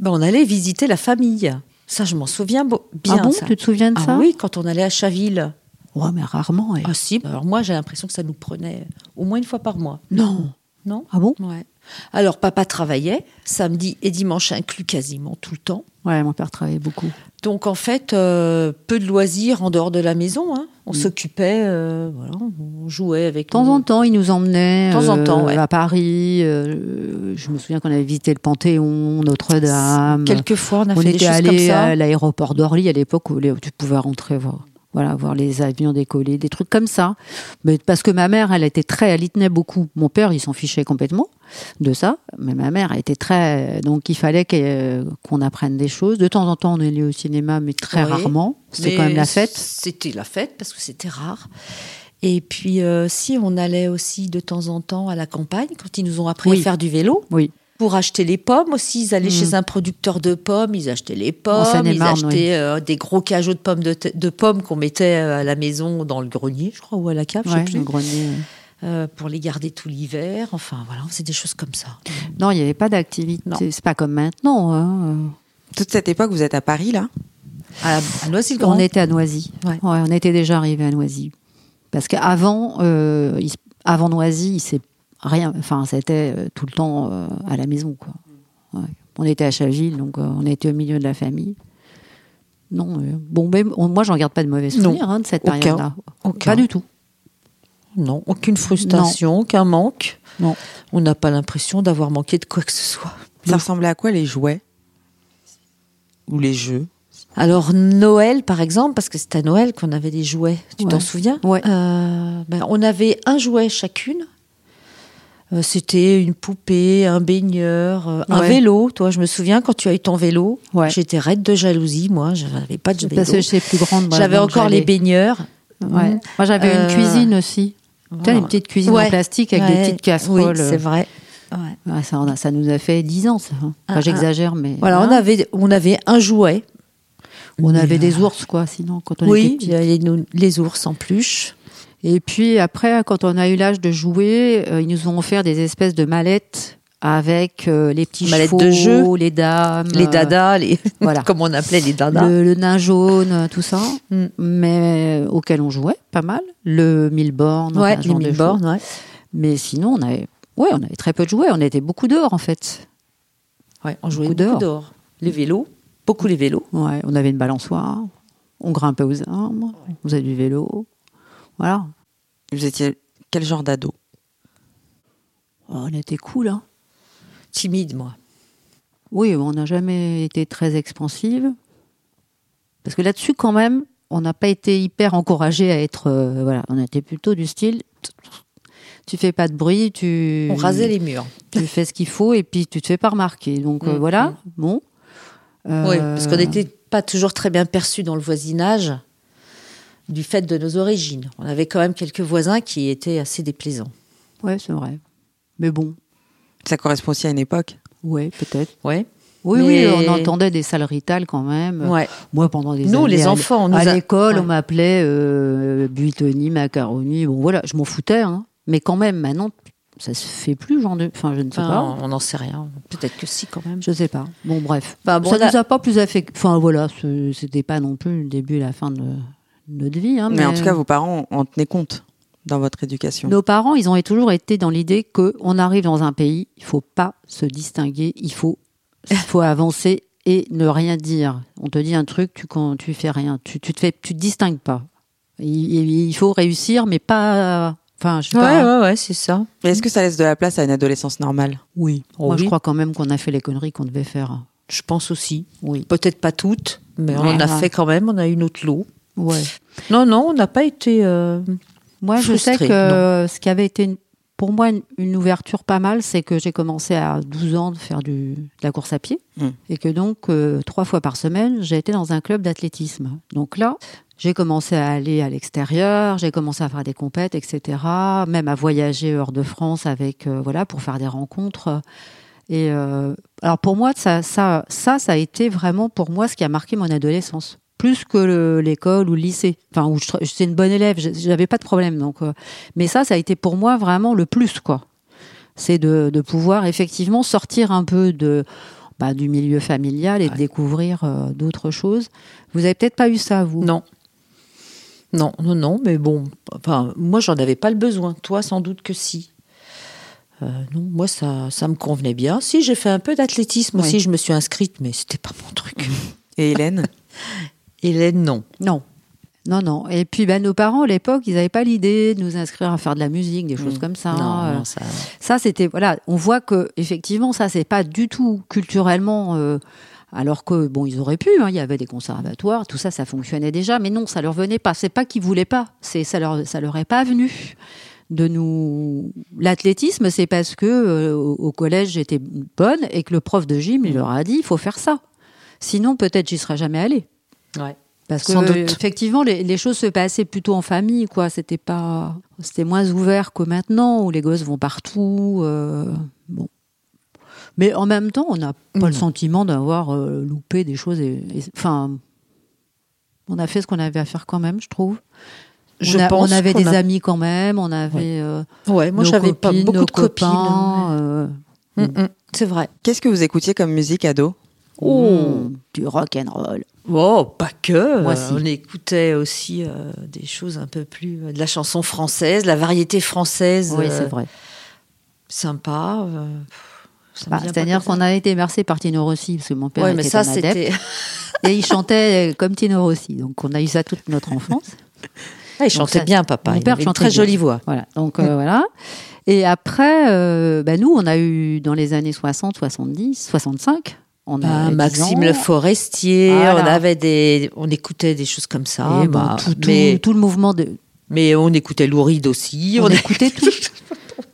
Speaker 3: Ben, on allait visiter la famille. Ça, je m'en souviens bo- bien.
Speaker 2: ah bon,
Speaker 3: ça.
Speaker 2: tu te souviens de
Speaker 3: Ah
Speaker 2: ça
Speaker 3: oui, quand on allait à Chaville.
Speaker 2: Ouais, mais rarement. elle.
Speaker 3: Ah si. Alors moi, j'ai l'impression que ça nous prenait au moins une fois par mois.
Speaker 2: Non.
Speaker 3: Non
Speaker 2: Ah bon
Speaker 3: Ouais. Alors, papa travaillait, samedi et dimanche inclus quasiment tout le temps.
Speaker 2: Ouais, mon père travaillait beaucoup.
Speaker 3: Donc, en fait, euh, peu de loisirs en dehors de la maison. hein. On s'occupait, euh, voilà, on jouait avec.
Speaker 2: Mm. De temps
Speaker 3: nos-
Speaker 2: en temps, il nous emmenait
Speaker 3: Mm. De temps en
Speaker 2: euh,
Speaker 3: temps, ouais.
Speaker 2: à Paris. euh, je me souviens qu'on avait visité le Panthéon, Notre-Dame.
Speaker 3: Quelquefois, on a
Speaker 2: on
Speaker 3: fait des
Speaker 2: était
Speaker 3: choses comme
Speaker 2: allé
Speaker 3: ça.
Speaker 2: à l'aéroport d'Orly à l'époque où les- tu pouvais rentrer voir. Voilà, voir les avions décoller, des trucs comme ça. Mais parce que ma mère, elle était très, elle y tenait beaucoup. Mon père, il s'en fichait complètement de ça. Mais ma mère elle était très, donc il fallait qu'elle- qu'on apprenne des choses. De temps en temps, on allait au cinéma, mais très
Speaker 3: Oui.
Speaker 2: rarement. C'était
Speaker 3: Mais
Speaker 2: quand même la fête.
Speaker 3: C'était la fête parce que c'était rare. Et puis, euh, si on allait aussi de temps en temps à la campagne, quand ils nous ont appris
Speaker 2: Oui.
Speaker 3: à faire du vélo,
Speaker 2: Oui.
Speaker 3: pour acheter les pommes aussi, ils allaient
Speaker 2: Mhm.
Speaker 3: chez un producteur de pommes, ils achetaient les pommes, ils
Speaker 2: Seine-et-Marne,
Speaker 3: achetaient
Speaker 2: oui.
Speaker 3: euh, des gros cajots de pommes de, te- de pommes qu'on mettait euh, à la maison, dans le grenier, je crois, ou à la cave,
Speaker 2: Ouais,
Speaker 3: je
Speaker 2: le
Speaker 3: sais plus,
Speaker 2: grenier.
Speaker 3: euh, pour les garder tout l'hiver. Enfin, voilà, c'est des choses comme ça.
Speaker 2: Non, il n'y avait pas d'activité.
Speaker 3: Non.
Speaker 2: C'est pas comme maintenant. hein.
Speaker 1: Toute cette époque, vous êtes à Paris là
Speaker 3: À, à Noisy-le-Grand.
Speaker 2: On était à Noisy.
Speaker 3: Ouais.
Speaker 2: on était déjà arrivé à Noisy. Parce qu'avant, euh, il s- avant Noisy, il s'est rien. Enfin, c'était euh, tout le temps euh, à la maison, quoi. Ouais. On était à Chaville, donc euh, on était au milieu de la famille. Non, euh, bon, mais on- moi, j'en garde pas de mauvais
Speaker 3: Non.
Speaker 2: souvenirs hein, de cette
Speaker 3: Aucun.
Speaker 2: période-là.
Speaker 3: Aucun.
Speaker 2: Pas du tout.
Speaker 3: Non, aucune frustration, aucun manque.
Speaker 2: Non.
Speaker 3: On n'a pas l'impression d'avoir manqué de quoi que ce soit.
Speaker 1: Ça ressemblait à quoi les jouets Ou les jeux
Speaker 3: Alors Noël, par exemple, parce que c'est à Noël qu'on avait des jouets. Tu
Speaker 2: Ouais.
Speaker 3: t'en souviens
Speaker 2: Ouais.
Speaker 3: Euh, ben, on avait un jouet chacune. Euh, C'était une poupée, un baigneur, euh, un
Speaker 2: Ouais.
Speaker 3: vélo. Toi, je me souviens quand tu as eu ton vélo,
Speaker 2: Ouais.
Speaker 3: j'étais raide de jalousie. Moi, je n'avais pas de vélo.
Speaker 2: Parce que j'étais plus grande. moi,
Speaker 3: J'avais
Speaker 2: donc
Speaker 3: encore les
Speaker 2: j'allais-
Speaker 3: baigneurs.
Speaker 2: Ouais.
Speaker 3: Mhm.
Speaker 2: Moi, j'avais
Speaker 3: Euh,
Speaker 2: une cuisine aussi. Tu as
Speaker 3: Voilà.
Speaker 2: une petite cuisine en
Speaker 3: Ouais.
Speaker 2: plastique avec des
Speaker 3: Ouais.
Speaker 2: petites casseroles. euh.
Speaker 3: Oui, c'est vrai. Ouais.
Speaker 2: Ah, ça, on a- ça nous a fait 10 ans, ça. hein. Enfin,
Speaker 3: Ah,
Speaker 2: j'exagère, mais.
Speaker 3: Voilà,
Speaker 2: hein.
Speaker 3: on avait, on avait un jouet.
Speaker 2: On avait
Speaker 3: Mais,
Speaker 2: des ours, quoi, sinon, quand on
Speaker 3: euh, Oui,
Speaker 2: était
Speaker 3: il y
Speaker 2: petit.
Speaker 3: avait nos- les ours en pluche.
Speaker 2: Et puis après, quand on a eu l'âge de jouer, euh, ils nous ont offert des espèces de mallettes avec euh, les petits
Speaker 3: Mallettes
Speaker 2: chevaux,
Speaker 3: de jeu.
Speaker 2: les dames,
Speaker 3: les
Speaker 2: euh,
Speaker 3: dadas, les...
Speaker 2: voilà.
Speaker 3: comme on appelait les dadas.
Speaker 2: le, le nain jaune, euh, tout ça,
Speaker 3: Mm.
Speaker 2: mais auquel on jouait pas mal. Le mille bornes,
Speaker 3: Ouais,
Speaker 2: enfin, ce
Speaker 3: les
Speaker 2: genre de
Speaker 3: mille
Speaker 2: choses.
Speaker 3: bornes, ouais.
Speaker 2: Mais sinon, on avait, ouais, on avait très peu de jouets. On était beaucoup dehors, en fait.
Speaker 3: Ouais, on jouait
Speaker 2: Beaucoup
Speaker 3: beaucoup
Speaker 2: dehors.
Speaker 3: dehors. Les vélos, beaucoup les vélos.
Speaker 2: Ouais, on avait une balançoire, on grimpait aux arbres, on faisait du vélo. Voilà.
Speaker 1: Vous étiez quel genre d'ado
Speaker 2: Oh, on était cool, hein.
Speaker 3: Timide, moi.
Speaker 2: Oui, on n'a jamais été très expansive. Parce que là-dessus, quand même, on n'a pas été hyper encouragé à être. euh, voilà, on était plutôt du style. Tu fais pas de bruit, tu.
Speaker 3: On rasait les murs.
Speaker 2: Tu fais ce qu'il faut et puis tu te fais pas remarquer. Donc euh,
Speaker 3: Mm,
Speaker 2: voilà, bon. Euh,
Speaker 3: Oui, parce qu'on était pas toujours très bien perçus dans le voisinage du fait de nos origines. On avait quand même quelques voisins qui étaient assez déplaisants.
Speaker 2: Ouais, c'est vrai. Mais bon,
Speaker 1: Ça correspond aussi à une époque.
Speaker 2: ouais, peut-être.
Speaker 3: Ouais.
Speaker 2: Oui,
Speaker 3: Mais-
Speaker 2: oui, on entendait des salariales quand même.
Speaker 3: Ouais.
Speaker 2: Moi, pendant des
Speaker 3: Nous,
Speaker 2: années,
Speaker 3: Euh, les
Speaker 2: à-
Speaker 3: enfants, on nous
Speaker 2: à
Speaker 3: a-
Speaker 2: l'école,
Speaker 3: Ouais.
Speaker 2: on m'appelait euh, buitoni, macaroni. Bon, voilà, je m'en foutais. hein. Mais quand même, maintenant, ça se fait plus, genre de... Enfin, je ne sais
Speaker 3: Enfin,
Speaker 2: pas.
Speaker 3: on n'en sait rien. Peut-être que si, quand même.
Speaker 2: Je sais pas. Bon, bref.
Speaker 3: Enfin, Ah bon,
Speaker 2: ça
Speaker 3: on a-
Speaker 2: nous a pas plus affecté. Enfin, voilà, ce- c'était pas non plus le début et la fin de notre vie. hein,
Speaker 1: Ah, Mais en tout cas, vos parents en tenaient compte dans votre éducation.
Speaker 2: Nos parents, ils ont toujours été dans l'idée que on arrive dans un pays, il faut pas se distinguer, il faut, il faut avancer et ne rien dire. On te dit un truc, tu quand tu fais rien, tu, tu te fais, tu te distingues pas. Il, il faut réussir, mais pas. Enfin, je sais pas. hein.
Speaker 3: ouais, ouais, c'est ça.
Speaker 1: Mais est-ce que ça laisse de la place à une adolescence normale
Speaker 3: Oui.
Speaker 2: Moi, je crois quand même qu'on a fait les conneries qu'on devait faire.
Speaker 3: Je pense aussi.
Speaker 2: Oui.
Speaker 3: Peut-être pas toutes, mais on
Speaker 2: Ouais,
Speaker 3: en a
Speaker 2: ouais.
Speaker 3: fait quand même. On a eu notre lot.
Speaker 2: Ouais.
Speaker 3: Non, non, on n'a pas été. euh,
Speaker 2: Moi, je sais
Speaker 3: Frustré,
Speaker 2: que ce qui avait été une- pour moi une, une ouverture pas mal, c'est que j'ai commencé à 12 ans de faire du, de la course à pied.
Speaker 1: Mm.
Speaker 2: Et que donc, euh, trois fois par semaine, j'ai été dans un club d'athlétisme. Donc là, j'ai commencé à aller à l'extérieur, j'ai commencé à faire des compètes, etc. Même à voyager hors de France avec, euh, voilà, pour faire des rencontres. Et euh, alors pour moi, ça, ça, ça, ça a été vraiment pour moi ce qui a marqué mon adolescence, plus que le- l'école ou le lycée. Enfin, où je tra- j'étais une bonne élève, j'ai- j'avais pas de problème. Donc, euh, mais ça, ça a été pour moi vraiment le plus, quoi. C'est de, de pouvoir effectivement sortir un peu de bah, du milieu familial et de découvrir euh, d'autres choses. Vous avez peut-être pas eu ça, vous
Speaker 3: Non. Non, non, non, mais bon. Enfin, moi, j'en avais pas le besoin. Toi, sans doute que si. Euh, non, moi, ça, ça me convenait bien. Si, j'ai fait un peu d'athlétisme
Speaker 2: Ouais.
Speaker 3: aussi. Je me suis inscrite, mais c'était pas mon truc.
Speaker 1: Et Hélène
Speaker 3: Hélène, non.
Speaker 2: Non. Non, non. Et puis, bah, nos parents, à l'époque, ils n'avaient pas l'idée de nous inscrire à faire de la musique, des choses comme ça.
Speaker 3: Mm. non,
Speaker 2: Euh,
Speaker 3: non, ça.
Speaker 2: Ça, c'était voilà, on voit que effectivement, ça c'est pas du tout culturellement. euh, alors que bon, ils auraient pu. hein, il y avait des conservatoires, tout ça, ça fonctionnait déjà. Mais non, ça leur venait pas. C'est pas qu'ils voulaient pas. C'est ça leur ça leur est pas venu de nous. L'athlétisme, c'est parce que euh, au au collège j'étais bonne et que le prof de gym
Speaker 3: Mm.
Speaker 2: il leur a dit il faut faire ça. Sinon, peut-être j'y serais jamais allée.
Speaker 3: Ouais.
Speaker 2: Parce que
Speaker 3: Sans doute.
Speaker 2: euh, effectivement, les, les choses se passaient plutôt en famille, quoi. C'était pas, c'était moins ouvert que maintenant où les gosses vont partout. euh, bon, mais en même temps, on n'a pas le
Speaker 3: Mm.
Speaker 2: sentiment d'avoir euh, loupé des choses. et- et- Enfin, on a fait ce qu'on avait à faire quand même, je trouve. On
Speaker 3: Je
Speaker 2: a- on
Speaker 3: pense
Speaker 2: avait
Speaker 3: qu'on
Speaker 2: des
Speaker 3: a-
Speaker 2: amis quand même. On avait. euh,
Speaker 3: Ouais, moi,
Speaker 2: nos
Speaker 3: j'avais pas
Speaker 2: copines,
Speaker 3: beaucoup
Speaker 2: nos
Speaker 3: de copines.
Speaker 2: copains, euh,
Speaker 3: Mm, mm, C'est vrai.
Speaker 1: Qu'est-ce que vous écoutiez comme musique ado
Speaker 3: Oh.
Speaker 2: du rock and roll.
Speaker 3: Oh, pas que.
Speaker 2: Moi, si.
Speaker 3: On écoutait aussi euh, des choses un peu plus euh, de la chanson française, la variété française.
Speaker 2: Oui,
Speaker 3: euh,
Speaker 2: c'est vrai.
Speaker 3: Sympa. euh, pff, ça me
Speaker 2: Bah,
Speaker 3: vient pas
Speaker 2: C'est-à-dire
Speaker 3: comme
Speaker 2: qu'on
Speaker 3: ça.
Speaker 2: a été bercé par Tino Rossi, parce que mon père
Speaker 3: Ouais,
Speaker 2: était
Speaker 3: mais ça
Speaker 2: un adepte.
Speaker 3: c'était.
Speaker 2: Et il chantait comme Tino Rossi. Donc on a eu ça toute notre enfance.
Speaker 3: Ah, il
Speaker 2: Donc
Speaker 3: chantait
Speaker 2: ça-
Speaker 3: bien, papa.
Speaker 2: mon
Speaker 3: il
Speaker 2: père
Speaker 3: avait une
Speaker 2: chantait
Speaker 3: très
Speaker 2: bien.
Speaker 3: jolie voix.
Speaker 2: Voilà. Donc euh, voilà. Et après, euh, bah, nous, on a eu dans les années 60, 70, 65, on
Speaker 3: Bah,
Speaker 2: a
Speaker 3: Maxime Le
Speaker 2: Le
Speaker 3: Forestier,
Speaker 2: Ah, Voilà. Eh ben,
Speaker 3: on avait des, on écoutait des choses comme ça. bah,
Speaker 2: Ah, tout, tout-
Speaker 3: mais,
Speaker 2: tout le mouvement de.
Speaker 3: mais on écoutait Louride aussi.
Speaker 2: On écoutait tout.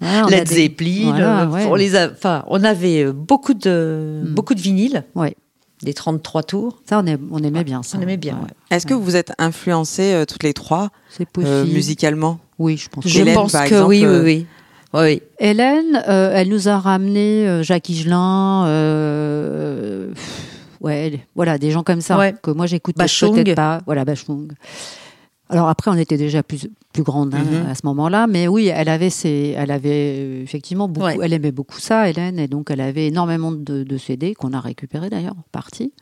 Speaker 2: Ouais, on a
Speaker 3: Led
Speaker 2: des-
Speaker 3: Zeppelin.
Speaker 2: Voilà,
Speaker 3: euh,
Speaker 2: ouais.
Speaker 3: On les a, enfin, on avait euh, beaucoup de,
Speaker 2: Hmm.
Speaker 3: beaucoup de vinyles,
Speaker 2: Ouais. Ah,
Speaker 3: des 33 tours.
Speaker 2: Ça, on, aim- on aimait bien ça.
Speaker 3: On aimait bien. ouais.
Speaker 1: Est-ce que vous êtes influencées euh, toutes les trois
Speaker 2: C'est possible.
Speaker 1: euh, musicalement
Speaker 2: Oui, je pense.
Speaker 3: Je
Speaker 1: Hélène,
Speaker 3: pense que
Speaker 1: par exemple,
Speaker 3: oui, oui,
Speaker 1: euh,
Speaker 3: oui. Oui,
Speaker 2: Hélène, euh, elle nous a ramené euh, Jacques Higelin, euh, pff, ouais, elle- voilà, des gens comme ça
Speaker 3: Ouais.
Speaker 2: que moi j'écoutais
Speaker 3: Bachung.
Speaker 2: peut-être pas. Voilà, Bachung. Alors après, on était déjà plus plus grande hein,
Speaker 1: Mhm.
Speaker 2: à ce moment-là, mais oui, elle avait ses, elle avait euh, effectivement beaucoup,
Speaker 3: Ouais.
Speaker 2: elle aimait beaucoup ça, Hélène, et donc elle avait énormément de, de CD qu'on a récupéré d'ailleurs, en partie.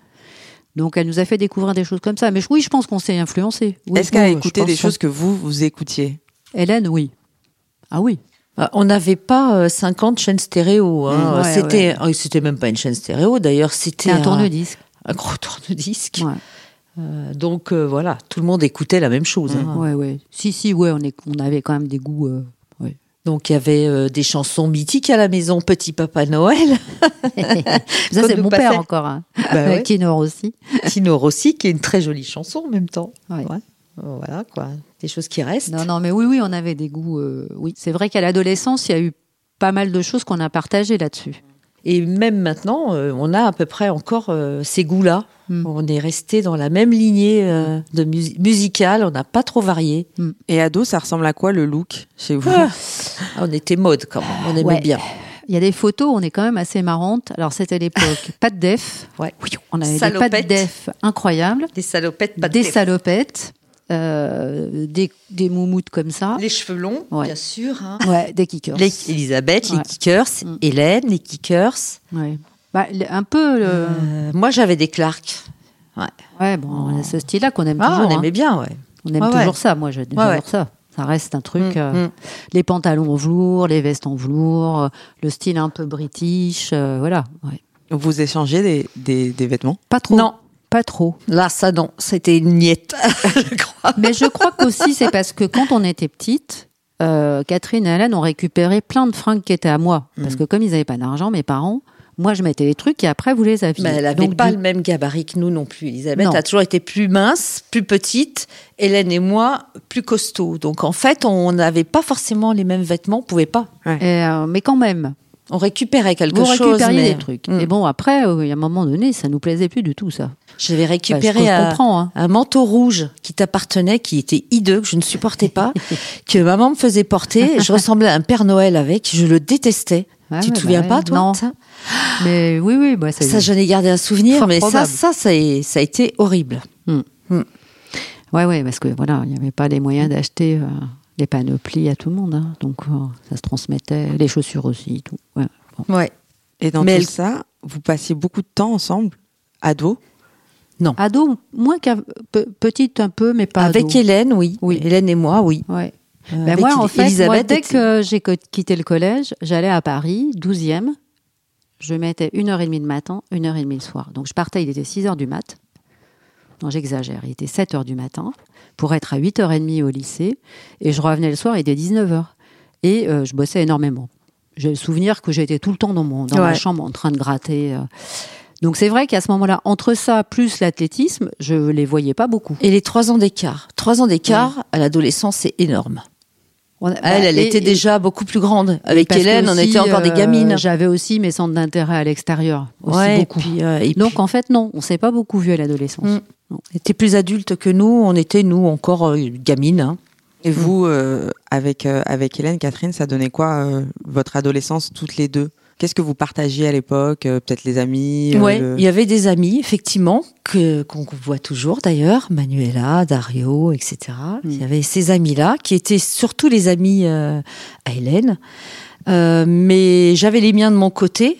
Speaker 2: Donc elle nous a fait découvrir des choses comme ça. Mais je- oui, je pense qu'on s'est influencé. Oui,
Speaker 1: Est-ce qu'elle a
Speaker 2: oui, je
Speaker 1: écouté
Speaker 2: pense
Speaker 1: des
Speaker 2: ça.
Speaker 1: choses que vous, vous écoutiez
Speaker 2: Hélène, oui. Ah oui.
Speaker 3: Euh, On n'avait pas euh, 50 chaînes stéréo. hein.
Speaker 2: Mm, Ouais,
Speaker 3: c'était, euh, c'était même pas une chaîne stéréo. D'ailleurs, c'était
Speaker 2: C'est un tourne-disque.
Speaker 3: un gros tourne-disque.
Speaker 2: Ouais.
Speaker 3: Euh, donc euh, voilà, tout le monde écoutait la même chose. hein.
Speaker 2: Ouais, ouais. Si, si, ouais, on, est, on avait quand même des goûts. euh, ouais.
Speaker 3: Donc il y avait euh, des chansons mythiques à la maison, Petit Papa Noël,
Speaker 2: Ça,
Speaker 3: Quand
Speaker 2: c'est
Speaker 3: nous
Speaker 2: mon
Speaker 3: passait-
Speaker 2: père encore. Hein.
Speaker 3: Bah ouais.
Speaker 2: Kinor aussi.
Speaker 3: Tino Rossi, qui est une très jolie chanson en même temps.
Speaker 2: Ouais.
Speaker 3: Ouais. Euh, Voilà quoi, des choses qui restent.
Speaker 2: Non, non, mais oui, oui, on avait des goûts. euh, oui, c'est vrai qu'à l'adolescence, il y a eu pas mal de choses qu'on a partagées là-dessus.
Speaker 3: Et même maintenant, euh, on a à peu près encore euh, ces goûts-là.
Speaker 2: Mm.
Speaker 3: On est resté dans la même lignée euh, de mus- musicale, on n'a pas trop varié.
Speaker 1: Et ado, ça ressemble à quoi le look chez vous
Speaker 3: Ah, on était mode quand même, on aimait
Speaker 2: Ouais.
Speaker 3: bien.
Speaker 2: Il y a des photos, on est quand même assez marrante. Alors, c'était l'époque, pas de def.
Speaker 3: Ouais.
Speaker 2: On avait des pas de
Speaker 3: Salopettes.
Speaker 2: def incroyables,
Speaker 3: Des salopettes,
Speaker 2: des salopettes, euh, des, des moumoutes comme ça.
Speaker 3: Les cheveux longs,
Speaker 2: Ouais.
Speaker 3: bien sûr. hein.
Speaker 2: Ouais, des kickers.
Speaker 3: Les Elisabeth,
Speaker 2: Ouais.
Speaker 3: les Kickers,
Speaker 2: Mm.
Speaker 3: Hélène, les Kickers.
Speaker 2: Ouais. Bah, le- un peu. le-
Speaker 3: Euh, moi, j'avais des Clark.
Speaker 2: Ouais, bon, on a ce style-là qu'on aime
Speaker 3: Ah,
Speaker 2: toujours.
Speaker 3: on
Speaker 2: hein.
Speaker 3: aimait bien, ouais.
Speaker 2: On aime
Speaker 3: Ouais, ouais.
Speaker 2: toujours ça, moi je- j'adore
Speaker 3: ouais.
Speaker 2: ça. Ça reste un truc.
Speaker 3: Mm,
Speaker 2: euh,
Speaker 3: mm.
Speaker 2: Les pantalons en velours, les vestes en velours, euh, le style un peu british, euh, voilà. ouais.
Speaker 1: Vous échangez des, des, des vêtements
Speaker 2: Pas trop.
Speaker 3: Non.
Speaker 2: Pas trop.
Speaker 3: Là, ça, non, c'était une niette, je crois.
Speaker 2: Mais je crois qu'aussi c'est parce que quand on était petite, euh, Catherine et Hélène ont récupéré plein de fringues qui étaient à moi.
Speaker 3: Mm.
Speaker 2: Parce que comme ils n'avaient pas d'argent, mes parents, moi je mettais les trucs et après vous les aviez.
Speaker 3: Mais Bah, elle n'avait
Speaker 2: Donc,
Speaker 3: pas
Speaker 2: du-
Speaker 3: le même gabarit que nous non plus. Elisabeth
Speaker 2: Non.
Speaker 3: a toujours été plus mince, plus petite. Hélène et moi, plus costaud. Donc en fait, on n'avait pas forcément les mêmes vêtements, on pouvait pas.
Speaker 2: Et, euh, mais quand même,
Speaker 3: On récupérait quelque
Speaker 2: vous
Speaker 3: chose.
Speaker 2: récupériez
Speaker 3: mais-
Speaker 2: des trucs.
Speaker 3: Mm.
Speaker 2: Et bon, après, euh, il y a un moment donné, ça nous plaisait plus du tout ça.
Speaker 3: J'avais
Speaker 2: Bah, ce que
Speaker 3: récupéré
Speaker 2: je
Speaker 3: un-
Speaker 2: comprends. hein.
Speaker 3: un manteau rouge qui t'appartenait, qui était hideux, que je ne supportais pas, que maman me faisait porter. Je ressemblais à un Père Noël avec, je le détestais.
Speaker 2: Ouais,
Speaker 3: tu
Speaker 2: ouais,
Speaker 3: te souviens
Speaker 2: bah
Speaker 3: pas,
Speaker 2: ouais.
Speaker 3: toi
Speaker 2: Non.
Speaker 3: de ça
Speaker 2: Mais oui, oui, bah, c'est-
Speaker 3: Ça, j'en ai gardé un souvenir,
Speaker 2: Fort
Speaker 3: mais
Speaker 2: probable.
Speaker 3: ça, ça, ça, est- ça a été horrible.
Speaker 2: Ouais, ouais, parce que voilà, il n'y avait pas les moyens d'acheter euh, des panoplies à tout le monde, hein. donc euh, ça se transmettait, les chaussures aussi, tout. Ouais, bon.
Speaker 3: Ouais.
Speaker 1: Et dans
Speaker 3: Mais
Speaker 1: tout
Speaker 3: elle-
Speaker 1: ça, vous passiez beaucoup de temps ensemble, ado.
Speaker 2: Ado, moins qu'à pe- petite un peu, mais pas
Speaker 3: Avec
Speaker 2: ado.
Speaker 3: Hélène, oui.
Speaker 2: Oui.
Speaker 3: Hélène et moi, oui.
Speaker 2: Ouais.
Speaker 3: Euh,
Speaker 2: Ben
Speaker 3: avec
Speaker 2: moi, en
Speaker 3: Éli-
Speaker 2: fait, moi,
Speaker 3: Élisabeth
Speaker 2: dès
Speaker 3: était-
Speaker 2: que j'ai co- quitté le collège, j'allais à Paris, 12e. Je mettais une heure et demie le matin, une heure et demie le soir. Donc je partais, il était 6 heures du mat. Non, j'exagère, il était 7 heures du matin pour être à 8h30 au lycée. Et je revenais le soir, il était 19h. Et euh, je bossais énormément. J'ai le souvenir que j'étais tout le temps dans, mon, dans ma
Speaker 3: Ouais.
Speaker 2: chambre en train de gratter. euh. Donc c'est vrai qu'à ce moment-là, entre ça plus l'athlétisme, je les voyais pas beaucoup.
Speaker 3: Et les trois ans d'écart. Trois ans d'écart à l'adolescence, c'est énorme.
Speaker 2: On a-
Speaker 3: Elle,
Speaker 2: bah,
Speaker 3: elle
Speaker 2: et-
Speaker 3: était
Speaker 2: et-
Speaker 3: déjà beaucoup plus grande. Avec
Speaker 2: Parce que
Speaker 3: Hélène, on
Speaker 2: aussi,
Speaker 3: était encore des
Speaker 2: euh,
Speaker 3: gamines.
Speaker 2: J'avais aussi mes centres d'intérêt à l'extérieur. Aussi
Speaker 3: Ouais,
Speaker 2: beaucoup.
Speaker 3: Et puis, euh, et
Speaker 2: Donc
Speaker 3: puis,
Speaker 2: en fait, non, on s'est pas beaucoup vu à l'adolescence.
Speaker 3: Mm. elle était plus adulte que nous. On était, nous, encore euh, gamines. hein.
Speaker 1: Et vous, euh, avec, euh, avec Hélène, Catherine, ça donnait quoi euh, votre adolescence toutes les deux Qu'est-ce que vous partagez à l'époque Euh, Peut-être les amis euh,
Speaker 3: Ouais,
Speaker 1: le-
Speaker 3: il y avait des amis, effectivement, que qu'on voit toujours d'ailleurs, Manuela, Dario, etc. Il y avait ces amis-là qui étaient surtout les amis euh, à Hélène, Euh, mais j'avais les miens de mon côté.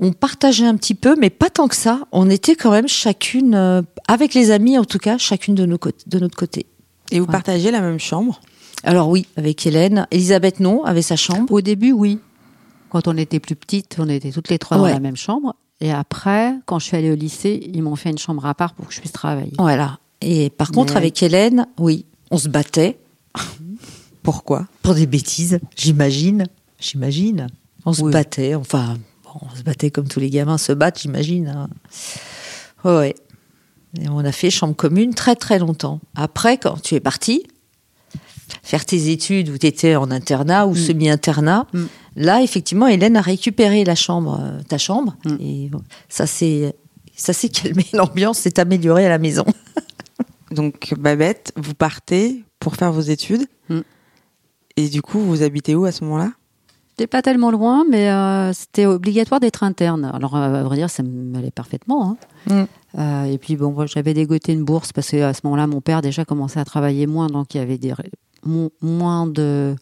Speaker 3: On partageait un petit peu, mais pas tant que ça. On était quand même chacune, euh, avec les amis en tout cas, chacune de, nos côtés- de notre côté.
Speaker 1: Et vous
Speaker 3: Ouais.
Speaker 1: partagez la même chambre
Speaker 3: Alors oui, avec Hélène, Elisabeth non, avait sa chambre.
Speaker 2: Au début, oui. Quand on était plus petites, on était toutes les trois
Speaker 3: Ouais.
Speaker 2: dans la même chambre. Et après, quand je suis allée au lycée, ils m'ont fait une chambre à part pour que je puisse travailler.
Speaker 3: Voilà. Et par contre,
Speaker 1: Mais-
Speaker 3: avec Hélène, oui, on se battait.
Speaker 1: Pourquoi
Speaker 3: Pour des bêtises, j'imagine. J'imagine. On se battait, enfin, bon, on se battait comme tous les gamins se battent, j'imagine. hein. Ouais, ouais. Et on a fait chambre commune très très longtemps. Après, quand tu es parti, faire tes études où tu étais en internat ou semi-internat,
Speaker 2: Mm.
Speaker 3: là, effectivement, Hélène a récupéré la chambre, euh, ta chambre. Et ça s'est ça s'est calmé, l'ambiance s'est améliorée à la maison.
Speaker 1: Donc, Babette, vous partez pour faire vos études.
Speaker 2: Mm.
Speaker 1: Et du coup, vous habitez où à ce moment-là
Speaker 2: C'était pas tellement loin, mais euh, c'était obligatoire d'être interne. Alors, euh, à vrai dire, ça m'allait parfaitement. hein. Euh, et puis, bon, moi, j'avais dégoté une bourse parce qu'à ce moment-là, mon père déjà commençait à travailler moins, donc il y avait des, ré- mo- moins de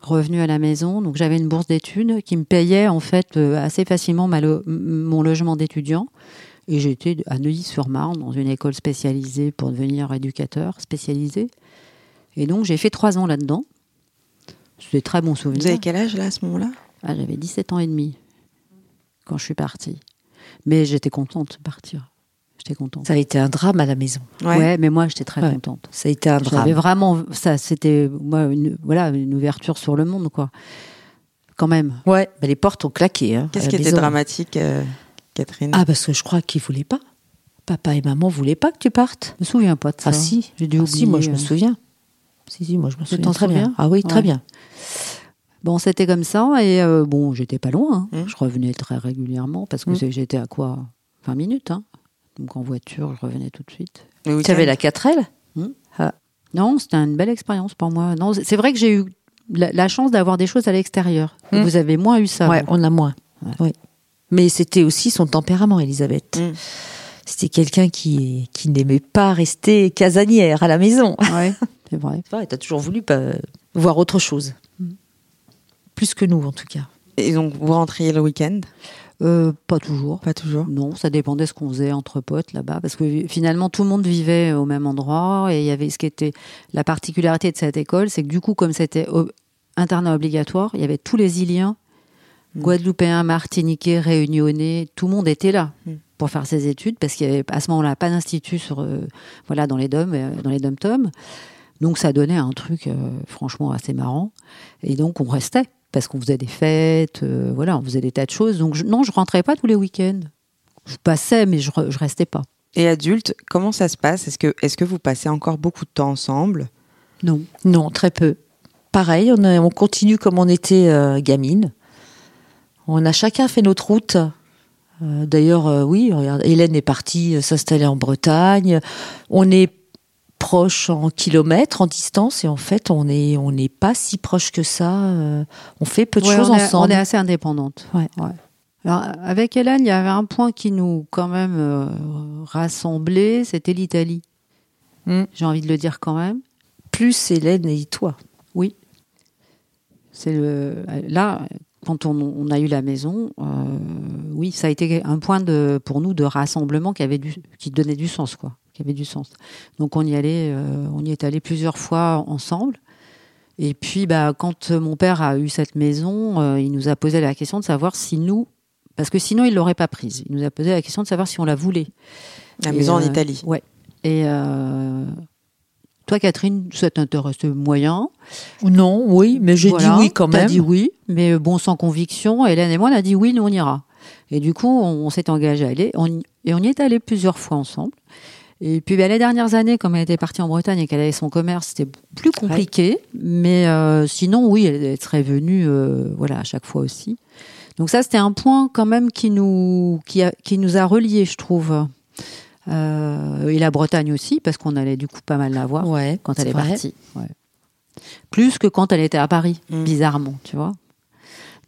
Speaker 2: revenus à la maison. Donc, j'avais une bourse d'études qui me payait en fait euh, assez facilement ma lo- m- mon logement d'étudiant. Et j'étais à Neuilly-sur-Marne, dans une école spécialisée pour devenir éducateur spécialisé. Et donc, j'ai fait trois ans là-dedans. C'était très bon souvenir.
Speaker 1: Vous avez quel âge là à ce moment-là
Speaker 2: Ah, j'avais 17 ans et demi quand je suis partie. Mais j'étais contente de partir. J'étais contente.
Speaker 3: Ça a été un drame à la maison.
Speaker 2: Ouais. mais moi j'étais très
Speaker 3: Ouais.
Speaker 2: contente.
Speaker 3: Ça a été un drame.
Speaker 2: J'avais vraiment ça c'était moi une, voilà une ouverture sur le monde quoi. Quand même.
Speaker 3: Ouais, mais les portes ont claqué. hein, à
Speaker 1: Qu'est-ce
Speaker 3: la
Speaker 1: qui était
Speaker 3: maison.
Speaker 1: dramatique, euh, Catherine
Speaker 3: Ah, parce que je crois qu'ils voulaient pas. Papa et maman voulaient pas que tu partes.
Speaker 2: Je me souviens pas de ça.
Speaker 3: Ah si,
Speaker 2: j'ai dû
Speaker 3: Ah
Speaker 2: oublier.
Speaker 3: si, moi je me
Speaker 2: euh.
Speaker 3: souviens. Si, si, moi je me souviens
Speaker 2: t'en
Speaker 3: très
Speaker 2: souviens
Speaker 3: bien. Ah oui, très
Speaker 2: Ouais.
Speaker 3: bien.
Speaker 2: Bon, c'était comme ça et euh, bon, j'étais pas loin. hein.
Speaker 1: Mm.
Speaker 2: Je revenais très régulièrement parce que
Speaker 1: Mm.
Speaker 2: c'est- j'étais à quoi 20 minutes. hein. Donc en voiture, je revenais tout de suite.
Speaker 1: Le
Speaker 3: Tu avais
Speaker 1: week-end.
Speaker 3: la 4L
Speaker 2: Mmh. Ah. Non, c'était une belle expérience pour moi. Euh, Non, c'est- c'est vrai que j'ai eu la, la chance d'avoir des choses à l'extérieur.
Speaker 3: Mm.
Speaker 2: Vous avez moins eu ça.
Speaker 3: Ouais,
Speaker 2: vous.
Speaker 3: on a moins.
Speaker 2: Ouais.
Speaker 3: Oui. Mais c'était aussi son tempérament, Elisabeth.
Speaker 1: Mm.
Speaker 3: C'était quelqu'un qui, qui n'aimait pas rester casanière à la maison.
Speaker 2: Ouais, c'est vrai.
Speaker 3: Tu as toujours voulu pas, voir autre chose. Plus que nous, en tout cas.
Speaker 1: Et donc, vous rentriez le week-end
Speaker 2: Euh, pas toujours.
Speaker 1: Pas toujours.
Speaker 2: Non, ça dépendait ce qu'on faisait entre potes là-bas, parce que finalement tout le monde vivait au même endroit et il y avait ce qui était la particularité de cette école, c'est que du coup comme c'était o- internat obligatoire, il y avait tous les Iliens, Guadeloupéens, Martiniquais, Réunionnais, tout le monde était là
Speaker 1: Mm.
Speaker 2: pour faire ses études, parce qu'il y avait à ce moment-là pas d'institut sur euh, voilà dans les dom euh, dans les dom toms, donc ça donnait un truc euh, franchement assez marrant et donc on restait. Parce qu'on faisait des fêtes, euh, voilà, on faisait des tas de choses. Donc je- non, je rentrais pas tous les week-ends je passais, mais je, re- je restais pas.
Speaker 1: Et adulte, comment ça se passe Est-ce que, est que vous passez encore beaucoup de temps ensemble
Speaker 2: Non.
Speaker 3: Non, très peu. Pareil, on, a- on continue comme on était euh, gamine. On a chacun fait notre route. Euh, D'ailleurs, euh, oui, regarde, Hélène est partie euh, s'installer en Bretagne. On est proche en kilomètres, en distance, et en fait, on n'est on n'est pas si proche que ça. euh, on fait peu de
Speaker 2: Ouais,
Speaker 3: choses
Speaker 2: on est-
Speaker 3: ensemble.
Speaker 2: On est assez indépendante.
Speaker 3: Ouais.
Speaker 2: Alors, avec Hélène, il y avait un point qui nous, quand même, euh, rassemblait, c'était l'Italie.
Speaker 3: Mm.
Speaker 2: J'ai envie de le dire quand même.
Speaker 3: Plus Hélène et toi.
Speaker 2: C'est le, là, quand on, on a eu la maison, euh, oui, ça a été un point de, pour nous de rassemblement qui, avait du, qui donnait du sens, quoi, qui avait du sens. Donc on y allait, euh, on y est allé plusieurs fois ensemble. Et puis, bah, quand mon père a eu cette maison, euh, il nous a posé la question de savoir si nous, parce que sinon il l'aurait pas prise. Il nous a posé la question de savoir si on la voulait.
Speaker 1: La
Speaker 2: Et,
Speaker 1: maison en
Speaker 2: euh,
Speaker 1: Italie.
Speaker 2: Ouais. Et euh, toi, Catherine, ça t'intéresse moyen.
Speaker 3: Non, oui, mais j'ai
Speaker 2: Voilà,
Speaker 3: dit oui quand
Speaker 2: t'as
Speaker 3: même.
Speaker 2: dit oui, mais euh, bon, sans conviction. Hélène et moi, on a dit oui, nous on ira. Et du coup, on, on s'est engagé à aller. On y- et on y est allé plusieurs fois ensemble. Et puis, ben, les dernières années, comme elle était partie en Bretagne et qu'elle avait son commerce, c'était plus compliqué. Mais euh, sinon, oui, elle, elle serait venue euh, voilà, à chaque fois aussi. Donc ça, c'était un point quand même qui nous, qui a- qui nous a reliés, je trouve. Euh, et la Bretagne aussi, parce qu'on allait du coup pas mal la voir
Speaker 3: Ouais,
Speaker 2: quand elle
Speaker 3: c'est
Speaker 2: est
Speaker 3: vrai.
Speaker 2: partie. Ouais. Plus que quand elle était à Paris,
Speaker 1: Mm.
Speaker 2: bizarrement, tu vois.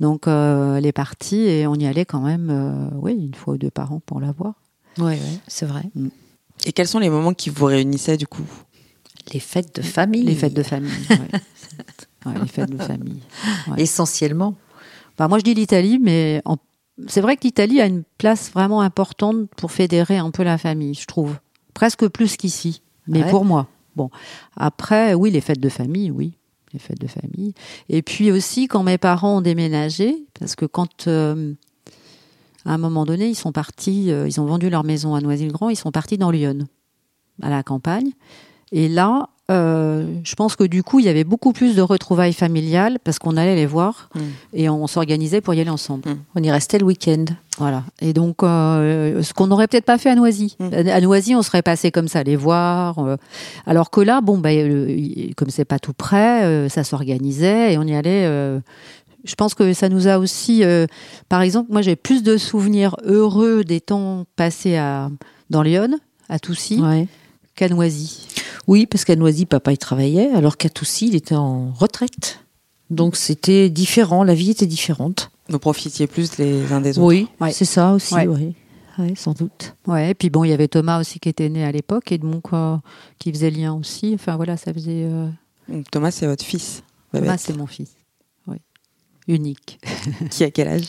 Speaker 2: Donc euh, elle est partie et on y allait quand même, euh, oui, une fois ou deux par an pour la voir.
Speaker 3: Ouais, ouais, c'est vrai.
Speaker 1: Et quels sont les moments qui vous réunissaient du coup
Speaker 3: Les fêtes de famille.
Speaker 2: Les fêtes de famille. ouais. Ouais, les fêtes de famille. famille.
Speaker 3: Essentiellement.
Speaker 2: Bah, moi je dis l'Italie, mais en- c'est vrai que l'Italie a une place vraiment importante pour fédérer un peu la famille, je trouve. Presque plus qu'ici, mais
Speaker 3: Ouais.
Speaker 2: pour moi. Bon, après, oui, les fêtes de famille, oui, les fêtes de famille. Et puis aussi quand mes parents ont déménagé, parce que quand euh, à un moment donné, ils sont partis, euh, ils ont vendu leur maison à Noisy-le-Grand, ils sont partis dans l'Yonne, à la campagne. Et là, euh, je pense que du coup, il y avait beaucoup plus de retrouvailles familiales parce qu'on allait les voir
Speaker 1: Mm.
Speaker 2: et on s'organisait pour y aller ensemble.
Speaker 3: On y restait le week-end.
Speaker 2: Voilà. Et donc, euh, ce qu'on n'aurait peut-être pas fait à Noisy.
Speaker 1: Mm.
Speaker 2: À à Noisy, on serait passé comme ça, les voir. euh, alors que là, bon, ben, le- y- comme c'est pas tout près, euh, ça s'organisait et on y allait. euh, je pense que ça nous a aussi, euh, par exemple, moi j'ai plus de souvenirs heureux des temps passés à dans Lyon, à Toussy, qu'à Noisy.
Speaker 3: Oui, parce qu'à Noisy, papa il travaillait, alors qu'à Toussy, il était en retraite. Donc c'était différent, la vie était différente.
Speaker 1: Vous profitiez plus les uns des autres
Speaker 3: Oui,
Speaker 2: Ouais.
Speaker 3: c'est ça aussi,
Speaker 2: Ouais.
Speaker 3: oui. Ouais, sans doute.
Speaker 2: Ouais. Et puis bon, il y avait Thomas aussi qui était né à l'époque et donc euh, qui faisait lien aussi. Enfin voilà, ça faisait. euh,
Speaker 1: Donc, Thomas, c'est votre fils. Babette.
Speaker 2: Thomas, c'est mon fils. Oui. Unique.
Speaker 1: Qui a quel âge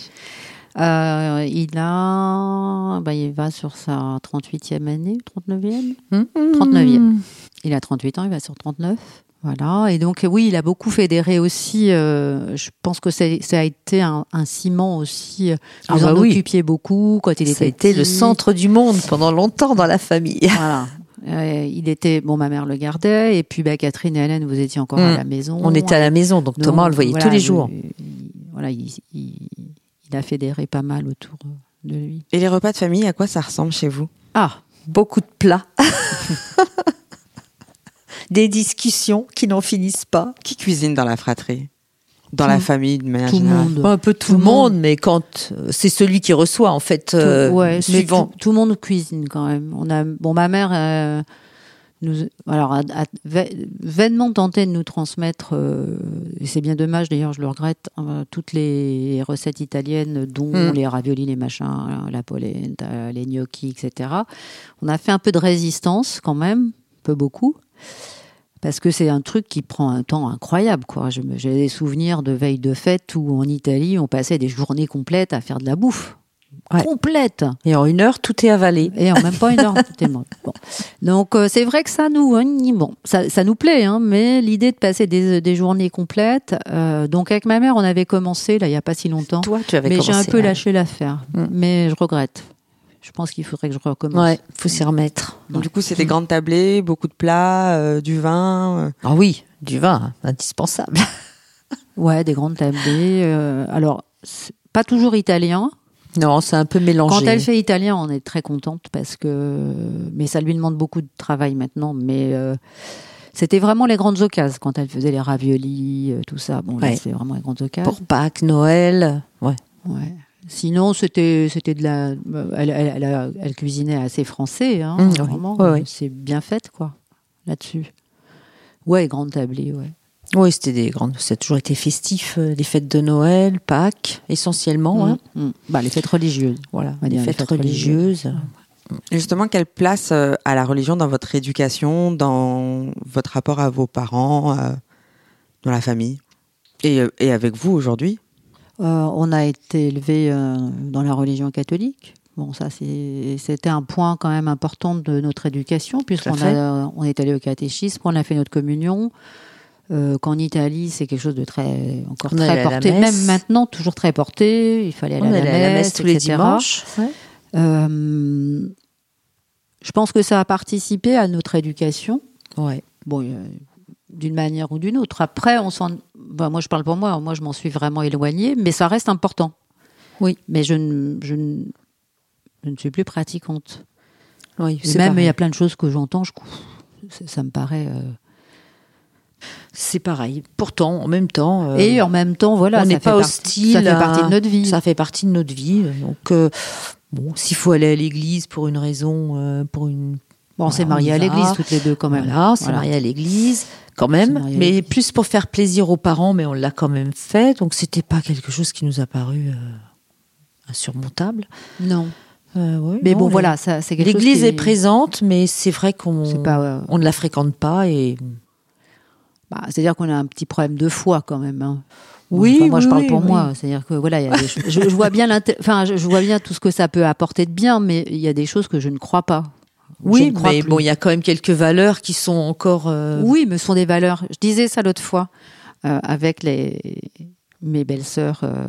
Speaker 2: Euh, il a, bah, il va sur sa 38e année, 39e. 39e. Il a 38 ans, il va sur 39. Voilà. Et donc, oui, il a beaucoup fédéré aussi. euh, je pense que c'est- ça a été un, un ciment aussi. euh,
Speaker 3: Ah
Speaker 2: vous
Speaker 3: bah
Speaker 2: en
Speaker 3: oui.
Speaker 2: occupiez beaucoup quand il était
Speaker 3: C'était le
Speaker 2: petit.
Speaker 3: centre du monde pendant longtemps dans la famille.
Speaker 2: Voilà. Euh, il était, bon, ma mère le gardait. Et puis, bah, Catherine et Hélène, vous étiez encore
Speaker 3: Mm.
Speaker 2: à la maison.
Speaker 3: On était à la maison, donc
Speaker 2: Donc,
Speaker 3: Thomas, on le voyait
Speaker 2: voilà,
Speaker 3: tous les
Speaker 2: il-
Speaker 3: jours.
Speaker 2: il- voilà, il- il- il a fédéré pas mal autour de lui.
Speaker 1: Et les repas de famille, à quoi ça ressemble chez vous
Speaker 2: Ah,
Speaker 3: Beaucoup de plats. Des discussions qui n'en finissent pas.
Speaker 1: Qui cuisine dans la fratrie Dans la famille, de manière
Speaker 2: tout le
Speaker 1: générale.
Speaker 2: monde.
Speaker 3: Pas un peu tout, le monde, mais quand euh, c'est celui qui reçoit, en fait,
Speaker 2: Tout-
Speaker 3: euh,
Speaker 2: ouais, mais
Speaker 3: suivant.
Speaker 2: Tout, tout le monde cuisine quand même. On a, bon, ma mère euh, nous, alors, a, a vai- vainement tenté de nous transmettre, euh, et c'est bien dommage d'ailleurs, je le regrette, euh, toutes les recettes italiennes, dont
Speaker 3: Mm.
Speaker 2: les raviolis, les machins, la polenta, les gnocchis, etc. On a fait un peu de résistance quand même, peu beaucoup. Parce que c'est un truc qui prend un temps incroyable. quoi. Je me- J'ai des souvenirs de veilles de fête où en Italie, on passait des journées complètes à faire de la bouffe
Speaker 3: Ouais.
Speaker 2: complète.
Speaker 3: Et en une heure, tout est avalé.
Speaker 2: Et en même temps, énorme. T'es mort. Bon. Donc, euh, c'est vrai que ça nous, hein, ni- bon, ça, ça nous plaît, hein, mais l'idée de passer des, des journées complètes. euh, donc, avec ma mère, on avait commencé, là, il n'y a pas si longtemps.
Speaker 3: Toi, tu avais
Speaker 2: Mais j'ai
Speaker 3: commencé.
Speaker 2: un peu
Speaker 3: ouais.
Speaker 2: lâché l'affaire.
Speaker 3: Mm.
Speaker 2: Mais je regrette. Je pense qu'il faudrait que je recommence.
Speaker 3: Ouais, faut s'y remettre.
Speaker 1: Donc, du coup, c'est des grandes tablées, beaucoup de plats, euh, du vin. euh.
Speaker 3: Ah oui, du vin, indispensable.
Speaker 2: Ouais, des grandes tablées. euh, alors, c'est pas toujours italien.
Speaker 3: Non, c'est un peu mélangé.
Speaker 2: Quand elle fait italien, on est très contente parce que. Mais ça lui demande beaucoup de travail maintenant. Mais euh, c'était vraiment les grandes occasions quand elle faisait les raviolis, euh, tout ça. Bon, là,
Speaker 3: Ouais.
Speaker 2: c'est vraiment les grandes occasions.
Speaker 3: Pour Pâques, Noël. Ouais.
Speaker 2: Ouais. Sinon, c'était c'était de la. euh, Elle, elle- elle a- elle cuisinait assez français, hein,
Speaker 3: Mmh, oui.
Speaker 2: vraiment.
Speaker 3: Ouais, ouais.
Speaker 2: C'est bien fait, quoi, là-dessus. Ouais, grande tablée, ouais.
Speaker 3: Oui, c'était des grandes. Ça a toujours été festif, euh, les fêtes de Noël, Pâques, essentiellement. hein.
Speaker 2: Mmh, mmh. Bah, les fêtes religieuses.
Speaker 3: Voilà,
Speaker 2: On va
Speaker 3: les
Speaker 2: dire les
Speaker 3: fêtes
Speaker 2: fêtes religieuses.
Speaker 3: religieuses.
Speaker 1: Et justement, quelle place euh, a la religion dans votre éducation, dans votre rapport à vos parents, euh, dans la famille et, euh, et avec vous aujourd'hui
Speaker 2: Euh, on a été élevé euh, dans la religion catholique. Bon, ça, c'est- c'était un point quand même important de notre éducation, puisqu'on
Speaker 3: fait.
Speaker 2: a- euh, on est allé au catéchisme, on a fait notre communion. Euh, Qu'en Italie, c'est quelque chose de très encore
Speaker 3: On allait
Speaker 2: très
Speaker 3: à la
Speaker 2: porté,
Speaker 3: messe.
Speaker 2: même maintenant toujours très porté. Il fallait aller
Speaker 3: On
Speaker 2: à,
Speaker 3: allait
Speaker 2: la
Speaker 3: à la messe
Speaker 2: messe
Speaker 3: tous les
Speaker 2: etc..
Speaker 3: dimanches. ouais.
Speaker 2: Euh, je pense que ça a participé à notre éducation
Speaker 3: Ouais.
Speaker 2: bon, euh, d'une manière ou d'une autre. Après, on s'en, bah, moi je parle pour moi, moi je m'en suis vraiment éloignée, mais ça reste important.
Speaker 3: Oui.
Speaker 2: Mais je ne, je ne, je ne suis plus pratiquante.
Speaker 3: Oui,
Speaker 2: Et
Speaker 3: c'est
Speaker 2: même il y
Speaker 3: pareil.
Speaker 2: a plein de choses que j'entends, je, ça, ça me paraît. euh,
Speaker 3: C'est pareil. Pourtant, en même temps. euh,
Speaker 2: et en même temps, voilà,
Speaker 3: on
Speaker 2: ça
Speaker 3: n'est
Speaker 2: fait
Speaker 3: pas
Speaker 2: partie-
Speaker 3: hostile.
Speaker 2: Ça fait
Speaker 3: à-
Speaker 2: partie de notre vie.
Speaker 3: Ça fait partie de notre vie. Donc, euh, bon, s'il faut aller à l'église pour une raison, euh, pour une.
Speaker 2: Bon, on s'est
Speaker 3: Voilà, on y
Speaker 2: mariés à
Speaker 3: va.
Speaker 2: l'église toutes les deux quand même.
Speaker 3: Voilà, on s'est
Speaker 2: Voilà.
Speaker 3: marié à l'église, quand
Speaker 2: On s'est
Speaker 3: même.
Speaker 2: marié à
Speaker 3: Mais
Speaker 2: l'église.
Speaker 3: plus pour faire plaisir aux parents, mais on l'a quand même fait. Donc, c'était pas quelque chose qui nous a paru euh, insurmontable.
Speaker 2: Non.
Speaker 3: Euh, ouais,
Speaker 2: Mais
Speaker 3: non,
Speaker 2: bon,
Speaker 3: les-
Speaker 2: voilà, ça, c'est quelque chose
Speaker 3: L'église
Speaker 2: qui-
Speaker 3: est présente, mais c'est vrai qu'on
Speaker 2: C'est pas. euh,
Speaker 3: on ne la fréquente pas et
Speaker 2: Bah, c'est-à-dire qu'on a un petit problème de foi quand même. hein.
Speaker 3: Oui,
Speaker 2: Enfin, moi je
Speaker 3: oui,
Speaker 2: parle pour
Speaker 3: oui.
Speaker 2: moi. C'est-à-dire que voilà, il y a des choses- je, je vois bien, l'inté- enfin, je, je vois bien tout ce que ça peut apporter de bien, mais il y a des choses que je ne crois pas. Je
Speaker 3: oui,
Speaker 2: ne crois
Speaker 3: mais
Speaker 2: plus.
Speaker 3: bon, il y a quand même quelques valeurs qui sont encore euh,
Speaker 2: Oui, mais ce sont des valeurs. Je disais ça l'autre fois euh, avec les, mes belles-sœurs, euh,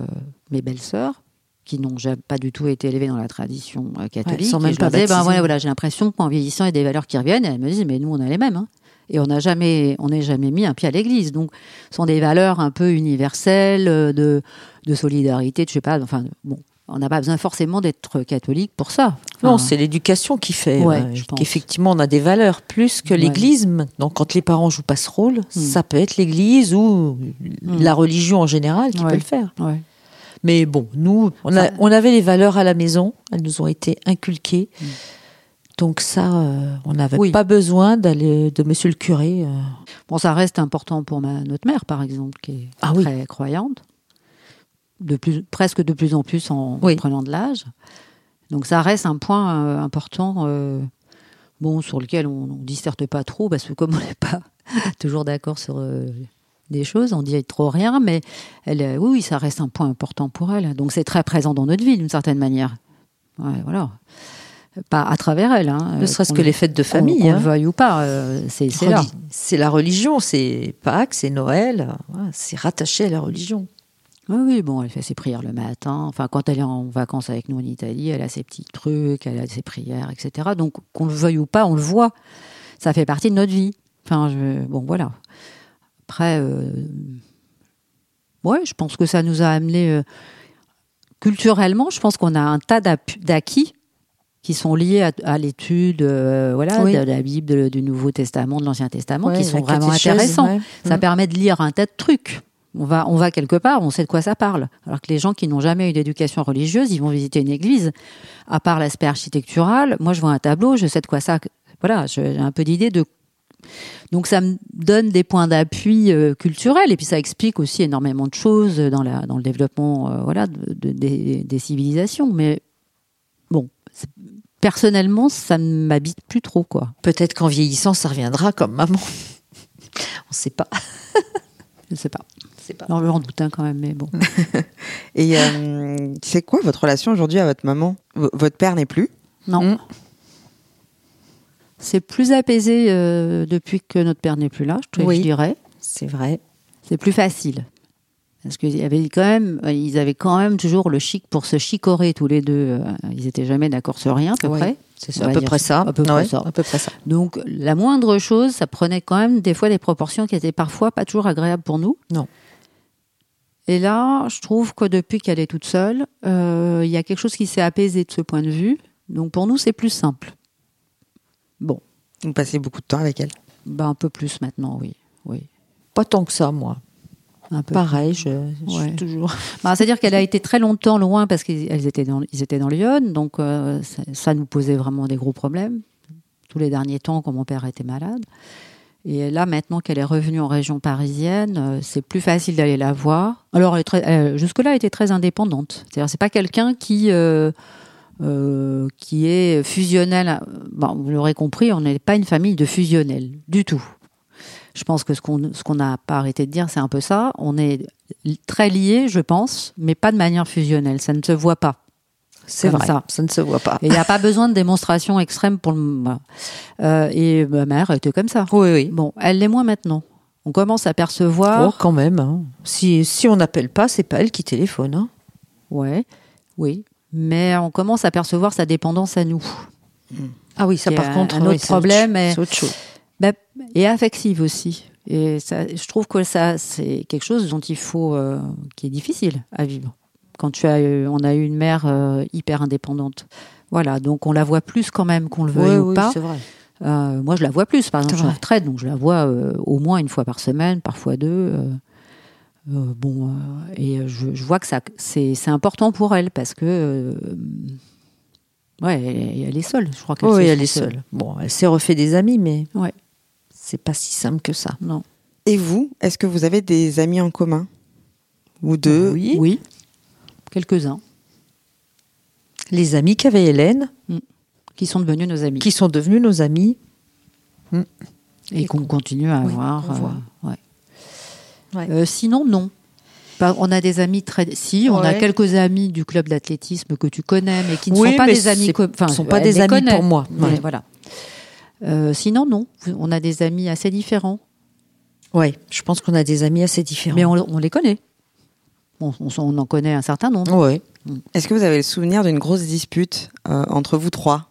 Speaker 2: mes belles-sœurs qui n'ont ja- pas du tout été élevées dans la tradition euh, catholique.
Speaker 3: Ouais, sont
Speaker 2: Et
Speaker 3: même
Speaker 2: je leur
Speaker 3: pas
Speaker 2: disais, ben
Speaker 3: baptisées.
Speaker 2: voilà, voilà, j'ai l'impression qu'en vieillissant, il y a des valeurs qui reviennent. Et elles me disent, mais nous, on a les mêmes. hein. Et on n'a jamais, on n'est jamais mis un pied à l'église. Donc, ce sont des valeurs un peu universelles euh, de, de solidarité, de je sais pas. Enfin, bon, on n'a pas besoin forcément d'être catholique pour ça.
Speaker 3: Non,
Speaker 2: Enfin,
Speaker 3: c'est l'éducation qui fait
Speaker 2: Ah. Ouais,
Speaker 3: euh,
Speaker 2: je pense.
Speaker 3: qu'effectivement on a des valeurs plus que
Speaker 2: Ouais. Hmm.
Speaker 3: l'église. Maintenant, quand les parents jouent pas ce rôle, ça peut être l'église ou la religion en général qui
Speaker 2: Ouais.
Speaker 3: peut le faire.
Speaker 2: ouais.
Speaker 3: Mais bon, nous, on, a- on avait les valeurs à la maison, elles nous ont été inculquées. Donc ça, euh, on n'avait
Speaker 2: Mm. Oui.
Speaker 3: pas besoin d'aller de Monsieur le curé. euh,
Speaker 2: Bon, ça reste important pour ma, notre mère, par exemple, qui est
Speaker 3: Ah oui.
Speaker 2: très croyante, de plus, presque de plus en plus en
Speaker 3: Oui.
Speaker 2: prenant de l'âge. Donc ça reste un point euh, important, euh, bon, sur lequel on ne disserte pas trop, parce que comme on n'est pas toujours d'accord sur euh, des choses, on dit trop rien, mais elle, euh, oui, oui, ça reste un point important pour elle. Donc c'est très présent dans notre vie, d'une certaine manière. Ouais, voilà. Pas à travers elle. hein,
Speaker 3: ne
Speaker 2: euh,
Speaker 3: serait-ce
Speaker 2: qu'on
Speaker 3: que
Speaker 2: le-
Speaker 3: les fêtes de
Speaker 2: qu'on-
Speaker 3: famille.
Speaker 2: qu'on
Speaker 3: hein. Oh,
Speaker 2: le veuille ou pas, euh, c'est c'est
Speaker 3: Reli-
Speaker 2: là.
Speaker 3: C'est la religion, c'est Pâques, c'est Noël, euh, voilà, c'est rattaché à la religion.
Speaker 2: Oui, oui, bon, elle fait ses prières le matin. Enfin, quand elle est en vacances avec nous en Italie, elle a ses petits trucs, elle a ses prières, etc. Donc, qu'on le veuille ou pas, on le voit. Ça fait partie de notre vie. Enfin, je- bon, voilà. Après, euh, ouais, je pense que ça nous a amené euh, culturellement. Je pense qu'on a un tas d'app- d'acquis qui sont liés à, à l'étude, euh, voilà,
Speaker 3: Oui.
Speaker 2: de la Bible, de- du Nouveau Testament, de l'Ancien Testament,
Speaker 3: Ouais,
Speaker 2: qui
Speaker 3: la
Speaker 2: sont vraiment
Speaker 3: catéchèse,
Speaker 2: intéressants.
Speaker 3: ouais.
Speaker 2: Ça
Speaker 3: Mm.
Speaker 2: permet de lire un tas de trucs. on va, on va quelque part, on sait de quoi ça parle. Alors que les gens qui n'ont jamais eu d'éducation religieuse, ils vont visiter une église. À part l'aspect architectural, moi je vois un tableau, je sais de quoi ça. Voilà, j'ai un peu d'idée de. Donc ça me donne des points d'appui euh, culturels et puis ça explique aussi énormément de choses dans, la, dans le développement euh, voilà, de- de- des- des civilisations. Mais bon, c'est- personnellement, ça ne m'habite plus trop quoi.
Speaker 3: Peut-être qu'en vieillissant, ça reviendra comme maman. On ne sait pas.
Speaker 2: Je sais pas.
Speaker 3: C'est pas.
Speaker 2: Non, j'en doute hein, quand même, mais bon.
Speaker 1: Et euh, c'est quoi votre relation aujourd'hui à votre maman V- Votre père n'est plus
Speaker 2: Non.
Speaker 3: Mm.
Speaker 2: C'est plus apaisé euh, depuis que notre père n'est plus là, je, trouve,
Speaker 3: Oui.
Speaker 2: je dirais.
Speaker 3: C'est vrai.
Speaker 2: C'est plus facile. Parce qu'ils avaient quand même, euh, ils avaient quand même toujours le chic pour se chicorer tous les deux. euh, Ils étaient jamais d'accord sur rien, à peu
Speaker 3: Ouais.
Speaker 2: près.
Speaker 3: C'est
Speaker 2: On
Speaker 3: ça, à
Speaker 2: va
Speaker 3: peu
Speaker 2: dire
Speaker 3: près ça.
Speaker 2: À peu près
Speaker 3: Ouais,
Speaker 2: ça.
Speaker 3: à peu près ça.
Speaker 2: Donc la moindre chose, ça prenait quand même des fois des proportions qui étaient parfois pas toujours agréables pour nous.
Speaker 3: Non.
Speaker 2: Et là, je trouve que depuis qu'elle est toute seule, euh, il y a quelque chose qui s'est apaisé de ce point de vue. Donc pour nous, c'est plus simple. Bon,
Speaker 1: Vous passez beaucoup de temps avec elle.
Speaker 2: bah, un peu plus maintenant, oui. oui.
Speaker 3: Pas tant que ça, moi.
Speaker 2: Un peu.
Speaker 3: Pareil, je, je suis
Speaker 2: Ouais.
Speaker 3: toujours.
Speaker 2: Bah, C'est-à-dire qu'elle a été très longtemps loin parce qu'ils étaient dans, ils étaient dans Lyon, donc euh, ça, ça nous posait vraiment des gros problèmes. Tous les derniers temps, quand mon père était malade. Et là, maintenant qu'elle est revenue en région parisienne, euh, c'est plus facile d'aller la voir. Alors, elle est très- elle- jusque-là, elle était très indépendante. C'est-à-dire, c'est pas quelqu'un qui euh, euh, qui est fusionnel. à- Bon, vous l'aurez compris, on n'est pas une famille de fusionnels du tout. Je pense que ce qu'on ce qu'on n'a pas arrêté de dire, c'est un peu ça. On est li- très liés, je pense, mais pas de manière fusionnelle. Ça ne se voit pas.
Speaker 3: C'est
Speaker 2: Comme
Speaker 3: vrai.
Speaker 2: ça.
Speaker 3: Ça. ne se voit pas.
Speaker 2: Et il n'y a pas besoin de démonstration extrême pour le. voilà. Euh, et ma mère était comme ça.
Speaker 3: Oui, oui.
Speaker 2: Bon, elle l'est moins maintenant. On commence à
Speaker 3: Oh,
Speaker 2: percevoir.
Speaker 3: quand même. hein. Si, si on n'appelle pas, c'est pas elle qui téléphone. hein.
Speaker 2: Ouais, oui. Mais on commence à percevoir sa dépendance à nous.
Speaker 3: Ah oui, ça
Speaker 2: Qui est
Speaker 3: par
Speaker 2: un-
Speaker 3: contre,
Speaker 2: un
Speaker 3: oui,
Speaker 2: autre
Speaker 3: c'est
Speaker 2: problème, mais-
Speaker 3: C'est autre chose.
Speaker 2: Bah, et affective aussi. Et ça, je trouve que ça, c'est quelque chose dont il faut, euh, qui est difficile à vivre. Quand tu as, eu- on a eu une mère euh, hyper indépendante. Voilà, donc on la voit plus quand même, qu'on le veuille
Speaker 3: Oui,
Speaker 2: ou
Speaker 3: oui,
Speaker 2: pas.
Speaker 3: c'est vrai.
Speaker 2: Euh, moi, je la vois plus. Par exemple, je suis en
Speaker 3: vrai.
Speaker 2: retraite, donc je la vois euh, au moins une fois par semaine, parfois deux. euh, euh, bon, euh, et je, je vois que ça, c'est, c'est important pour elle parce que, euh, ouais, elle, elle est seule. Je crois qu'elle
Speaker 3: Oh oui,
Speaker 2: se
Speaker 3: elle
Speaker 2: sent
Speaker 3: est seule. Bon, elle s'est refait des amis, mais
Speaker 2: Ouais.
Speaker 3: c'est pas si simple que ça.
Speaker 2: Non.
Speaker 1: Et vous, est-ce que vous avez des amis en commun Ou deux
Speaker 3: Bah Oui.
Speaker 2: Oui, quelques-uns
Speaker 3: Les amis qu'avait Hélène,
Speaker 2: qui sont devenus nos amis
Speaker 3: qui sont devenus nos amis.
Speaker 2: et qu'on continue à
Speaker 3: Oui,
Speaker 2: avoir.
Speaker 3: qu'on voit.
Speaker 2: euh, ouais.
Speaker 3: Ouais.
Speaker 2: Euh, sinon, non. Bah, on a des amis très. Si, on a
Speaker 3: Ouais.
Speaker 2: quelques amis du club d'athlétisme que tu connais, mais qui ne
Speaker 3: Oui,
Speaker 2: sont pas
Speaker 3: mais
Speaker 2: des amis.
Speaker 3: c'est-
Speaker 2: co- Enfin,
Speaker 3: sont pas
Speaker 2: elle
Speaker 3: des
Speaker 2: les
Speaker 3: amis
Speaker 2: connaît,
Speaker 3: pour moi.
Speaker 2: mais
Speaker 3: Ouais.
Speaker 2: voilà. Euh, sinon, non. On a des amis assez différents,
Speaker 3: Ouais, je pense qu'on a des amis assez différents.
Speaker 2: mais on, on les connaît. On, on s'en- on en connaît un certain nombre.
Speaker 3: Ouais.
Speaker 1: Est-ce que vous avez le souvenir d'une grosse dispute euh, entre vous trois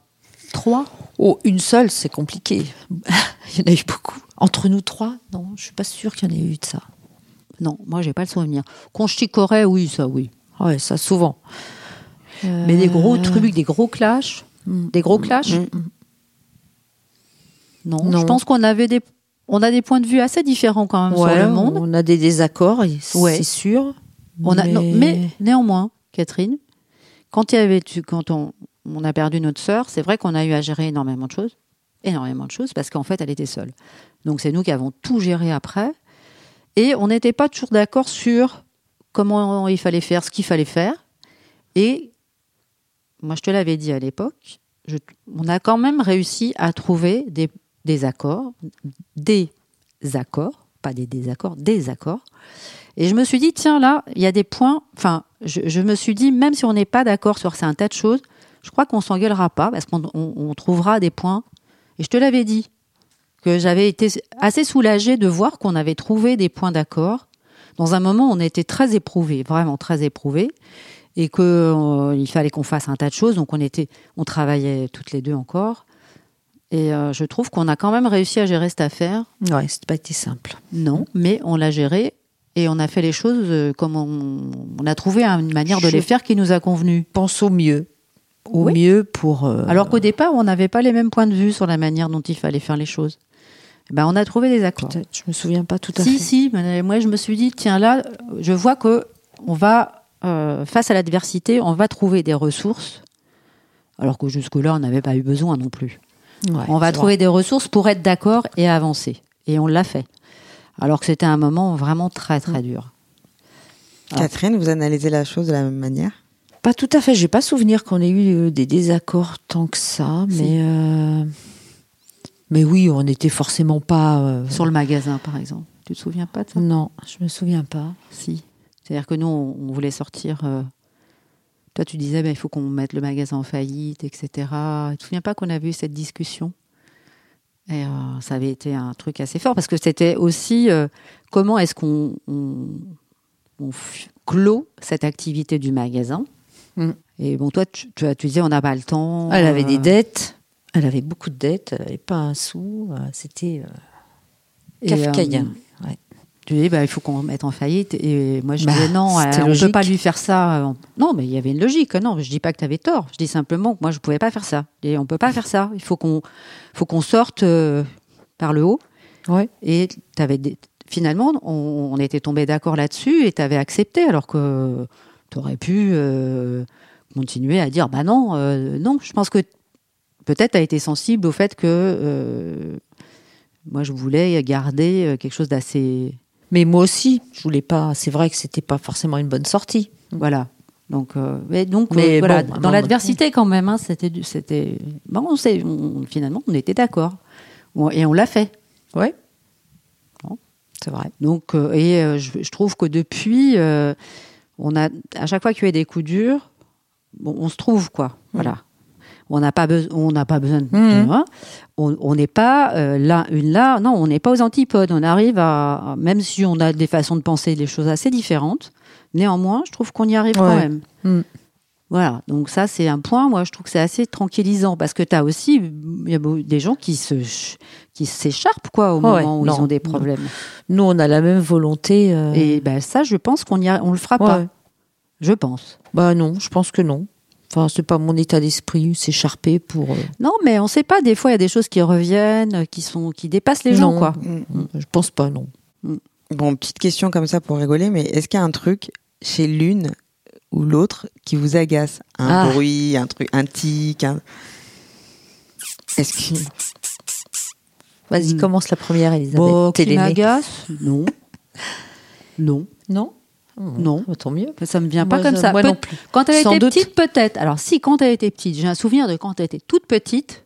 Speaker 2: Trois.
Speaker 3: Oh, une seule, c'est compliqué. Il y en a eu beaucoup. Entre nous trois, non, je suis pas sûre qu'il y en ait eu de ça.
Speaker 2: Non, moi, j'ai pas le souvenir. Qu'on chicorait, oui, ça, oui.
Speaker 3: Ouais, ça souvent.
Speaker 2: Mais des gros trucs, des gros clashs. Des gros clashs non,
Speaker 3: Non.
Speaker 2: je pense qu'on avait des, on a des points de vue assez différents quand même
Speaker 3: Ouais,
Speaker 2: sur le monde.
Speaker 3: on a des désaccords, et c'est
Speaker 2: Ouais.
Speaker 3: c'est sûr.
Speaker 2: On a, non, mais néanmoins, Catherine, quand, il y avait, tu- quand on, on a perdu notre sœur, c'est vrai qu'on a eu à gérer énormément de choses, énormément de choses, parce qu'en fait, elle était seule. Donc c'est nous qui avons tout géré après, et on n'était pas toujours d'accord sur comment il fallait faire, ce qu'il fallait faire. Et moi, je te l'avais dit à l'époque, je- on a quand même réussi à trouver des, des accords, des accords, pas des désaccords, des accords. Et je me suis dit, tiens, là, il y a des points. Enfin, je, je me suis dit, même si on n'est pas d'accord sur un tas de choses, je crois qu'on s'engueulera pas parce qu'on on- on trouvera des points. Et je te l'avais dit, que j'avais été assez soulagée de voir qu'on avait trouvé des points d'accord. Dans un moment, on était très éprouvés, vraiment très éprouvés, et que euh, il fallait qu'on fasse un tas de choses. Donc, on était, on travaillait toutes les deux encore. Et euh, je trouve qu'on a quand même réussi à gérer cette affaire.
Speaker 3: Ouais, c'est pas été simple.
Speaker 2: Non, mais on l'a géré et on a fait les choses euh, comme on, on a trouvé une manière de
Speaker 3: Je-
Speaker 2: les faire qui nous a convenu.
Speaker 3: Pense au mieux. Au
Speaker 2: Oui.
Speaker 3: mieux pour. euh,
Speaker 2: Alors qu'au départ, on n'avait pas les mêmes points de vue sur la manière dont il fallait faire les choses. Ben, on a trouvé des accords.
Speaker 3: Peut-être, je me souviens pas tout à
Speaker 2: si,
Speaker 3: fait.
Speaker 2: si, mais moi je me suis dit, tiens là, je vois que on va, euh, face à l'adversité, on va trouver des ressources, alors que jusque-là, on n'avait pas eu besoin non plus.
Speaker 3: Ouais,
Speaker 2: on va
Speaker 3: c'est
Speaker 2: trouver des ressources pour être d'accord et avancer. Et on l'a fait. Alors que c'était un moment vraiment très
Speaker 3: Mm.
Speaker 2: très dur.
Speaker 3: Ah.
Speaker 1: Catherine, vous analysez la chose de la même manière
Speaker 3: vrai. Pas tout à fait. J'ai pas souvenir qu'on ait eu euh, des désaccords tant que ça,
Speaker 2: Si.
Speaker 3: mais euh, mais oui, on n'était forcément pas euh,
Speaker 2: Sur le magasin, par exemple. Tu te souviens pas de ça
Speaker 3: Non, je me souviens pas.
Speaker 2: Si. C'est-à-dire que nous, on, on voulait sortir. euh, Toi, tu disais, ben, il faut qu'on mette le magasin en faillite, etc. Tu te souviens pas qu'on avait eu cette discussion Et euh, ça avait été un truc assez fort, parce que c'était aussi euh, comment est-ce qu'on on, on f- clôt cette activité du magasin
Speaker 3: Mm.
Speaker 2: Et bon, toi, tu, tu, as- tu disais, on n'a pas le temps.
Speaker 3: Elle avait des
Speaker 2: euh,
Speaker 3: dettes. Elle avait beaucoup de dettes. Elle n'avait pas un sou. euh, C'était euh,
Speaker 2: et, euh,
Speaker 3: kafkaïen. Ouais.
Speaker 2: Tu dis, bah, il faut qu'on mette en faillite. Et moi, je
Speaker 3: Bah,
Speaker 2: disais, non, euh,
Speaker 3: c'était
Speaker 2: on ne peut
Speaker 3: logique.
Speaker 2: pas lui faire ça. Euh, Non, mais il y avait une logique. Non, je dis pas que tu avais tort. Je dis simplement que moi, je ne pouvais pas faire ça. Et on ne peut pas faire ça. Il faut qu'on faut qu'on sorte euh, par le haut.
Speaker 3: euh, Ouais.
Speaker 2: Et t'avais des- finalement, on, on était tombé d'accord là-dessus et tu avais accepté, alors que tu aurais pu euh, continuer à dire, bah non, euh, non, je pense que peut-être tu as été sensible au fait que euh, moi, je voulais garder euh, quelque chose d'assez...
Speaker 3: Mais moi aussi, je voulais pas. C'est vrai que c'était pas forcément une bonne sortie.
Speaker 2: Voilà. Donc, euh, mais donc
Speaker 3: Mais
Speaker 2: euh, voilà,
Speaker 3: bon,
Speaker 2: dans
Speaker 3: bon,
Speaker 2: l'adversité quand même, hein, c'était, du- c'était, bon, on s'est- on- finalement, on était d'accord On- et on l'a fait.
Speaker 3: Ouais.
Speaker 2: Non.
Speaker 3: C'est vrai.
Speaker 2: Donc, euh, et euh, je, je trouve que depuis, euh, on a à chaque fois qu'il y a eu des coups durs, bon, on se trouve
Speaker 3: Mmh.
Speaker 2: quoi. Voilà. On n'a pas, besoin on n'a pas besoin de.
Speaker 3: Mhm.
Speaker 2: hein. On on n'est pas euh, là, une là. Non, on n'est pas aux antipodes. On arrive à. Même si on a des façons de penser des choses assez différentes, néanmoins, je trouve qu'on y arrive quand
Speaker 3: Ouais.
Speaker 2: même.
Speaker 3: Mhm.
Speaker 2: Voilà. Donc, ça, c'est un point. Moi, je trouve que c'est assez tranquillisant parce que tu as aussi. Il y a beau- des gens qui se qui s'écharpent, quoi, au
Speaker 3: Ah ouais,
Speaker 2: moment où ils
Speaker 3: non.
Speaker 2: ont des problèmes.
Speaker 3: Nous, on a la même volonté. euh,
Speaker 2: Et ben ça, je pense qu'on y a- on le fera pas.
Speaker 3: ouais.
Speaker 2: Je pense.
Speaker 3: Bah non, je pense que non. Enfin, c'est pas mon état d'esprit, s'écharper pour. euh,
Speaker 2: Non, mais on sait pas. Des fois, il y a des choses qui reviennent, euh, qui sont, qui dépassent les gens,
Speaker 3: Non.
Speaker 2: quoi.
Speaker 1: Mm.
Speaker 3: Je pense pas, non.
Speaker 1: Bon, petite question comme ça pour rigoler, mais est-ce qu'il y a un truc chez l'une ou l'autre qui vous agace Un
Speaker 3: Ah.
Speaker 1: bruit, un truc, un tic, un... Est-ce que...
Speaker 3: Vas-y,
Speaker 2: Hmm.
Speaker 3: commence la première, Elisabeth.
Speaker 2: Bon,
Speaker 3: T'es
Speaker 2: qui
Speaker 3: l'aînée.
Speaker 2: m'agace Non, non,
Speaker 3: Non
Speaker 2: Non.
Speaker 3: Bah, tant mieux.
Speaker 2: ça me vient pas
Speaker 3: Moi,
Speaker 2: comme
Speaker 3: je-
Speaker 2: ça.
Speaker 3: moi
Speaker 2: Peut-
Speaker 3: non plus.
Speaker 2: Quand elle
Speaker 3: Sans
Speaker 2: était
Speaker 3: doute.
Speaker 2: petite, peut-être. Alors si, quand elle était petite, j'ai un souvenir de quand elle était toute petite.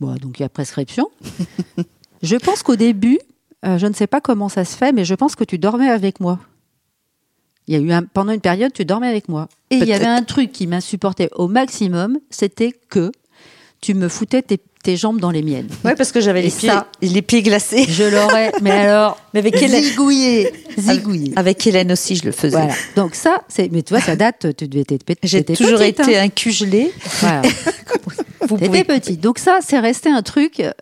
Speaker 2: Bon, donc il y a prescription. je pense qu'au début, euh, je ne sais pas comment ça se fait, mais je pense que tu dormais avec moi. Il y a eu un- pendant une période, tu dormais avec moi. Et il y avait un truc qui m'insupportait au maximum, c'était que tu me foutais tes, tes jambes dans les miennes.
Speaker 3: Ouais, parce que j'avais
Speaker 2: Et
Speaker 3: les pieds,
Speaker 2: ça-
Speaker 3: les pieds glacés.
Speaker 2: Je l'aurais, mais alors,
Speaker 3: Mais avec Hélène,
Speaker 2: zigouillé, zigouillé.
Speaker 3: avec Hélène aussi, je le faisais.
Speaker 2: Voilà. Donc ça, c'est, mais tu vois, ça date. Tu devais être petite.
Speaker 3: J'ai
Speaker 2: t'étais
Speaker 3: toujours
Speaker 2: petite,
Speaker 3: été
Speaker 2: hein.
Speaker 3: un cul gelé.
Speaker 2: Voilà.
Speaker 3: Vous
Speaker 2: T'étais
Speaker 3: pouvez...
Speaker 2: petit. Donc ça, c'est resté un truc. euh,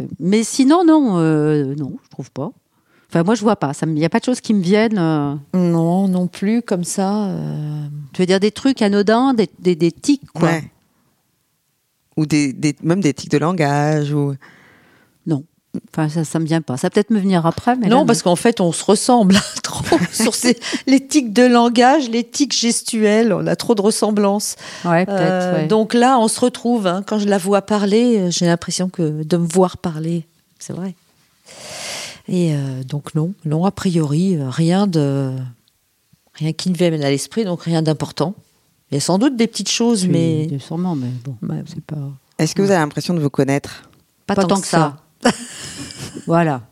Speaker 2: le- Mais sinon, non, euh, non, je trouve pas. Enfin, moi, je vois pas. Il n'y a pas de choses qui me viennent. euh.
Speaker 3: Non, non plus, comme ça. euh,
Speaker 2: Tu veux dire des trucs anodins, des, des, des tics, quoi.
Speaker 1: Ouais. Ou des, des- même des tics de langage ou...
Speaker 2: Non. Enfin, ça, ça me vient pas. Ça va peut-être me venir après, mais
Speaker 3: non, parce qu'en fait, on se ressemble hein, trop sur ces, les tics de langage, les tics gestuels. On a trop de ressemblances.
Speaker 2: que ouais, peut-être.
Speaker 3: Euh,
Speaker 2: ouais.
Speaker 3: Donc là, on se retrouve. hein. Quand je la vois parler, euh, j'ai l'impression que de me voir parler. C'est vrai. Et euh, donc non, non a priori euh, rien de rien qui ne vienne à l'esprit, donc rien d'important. Il y a sans doute des petites choses, mais bah,
Speaker 2: Puis, sûrement, mais bon, c'est pas
Speaker 1: Est-ce que vous avez l'impression de vous connaître
Speaker 3: pas, tant, que, ça.
Speaker 2: voilà.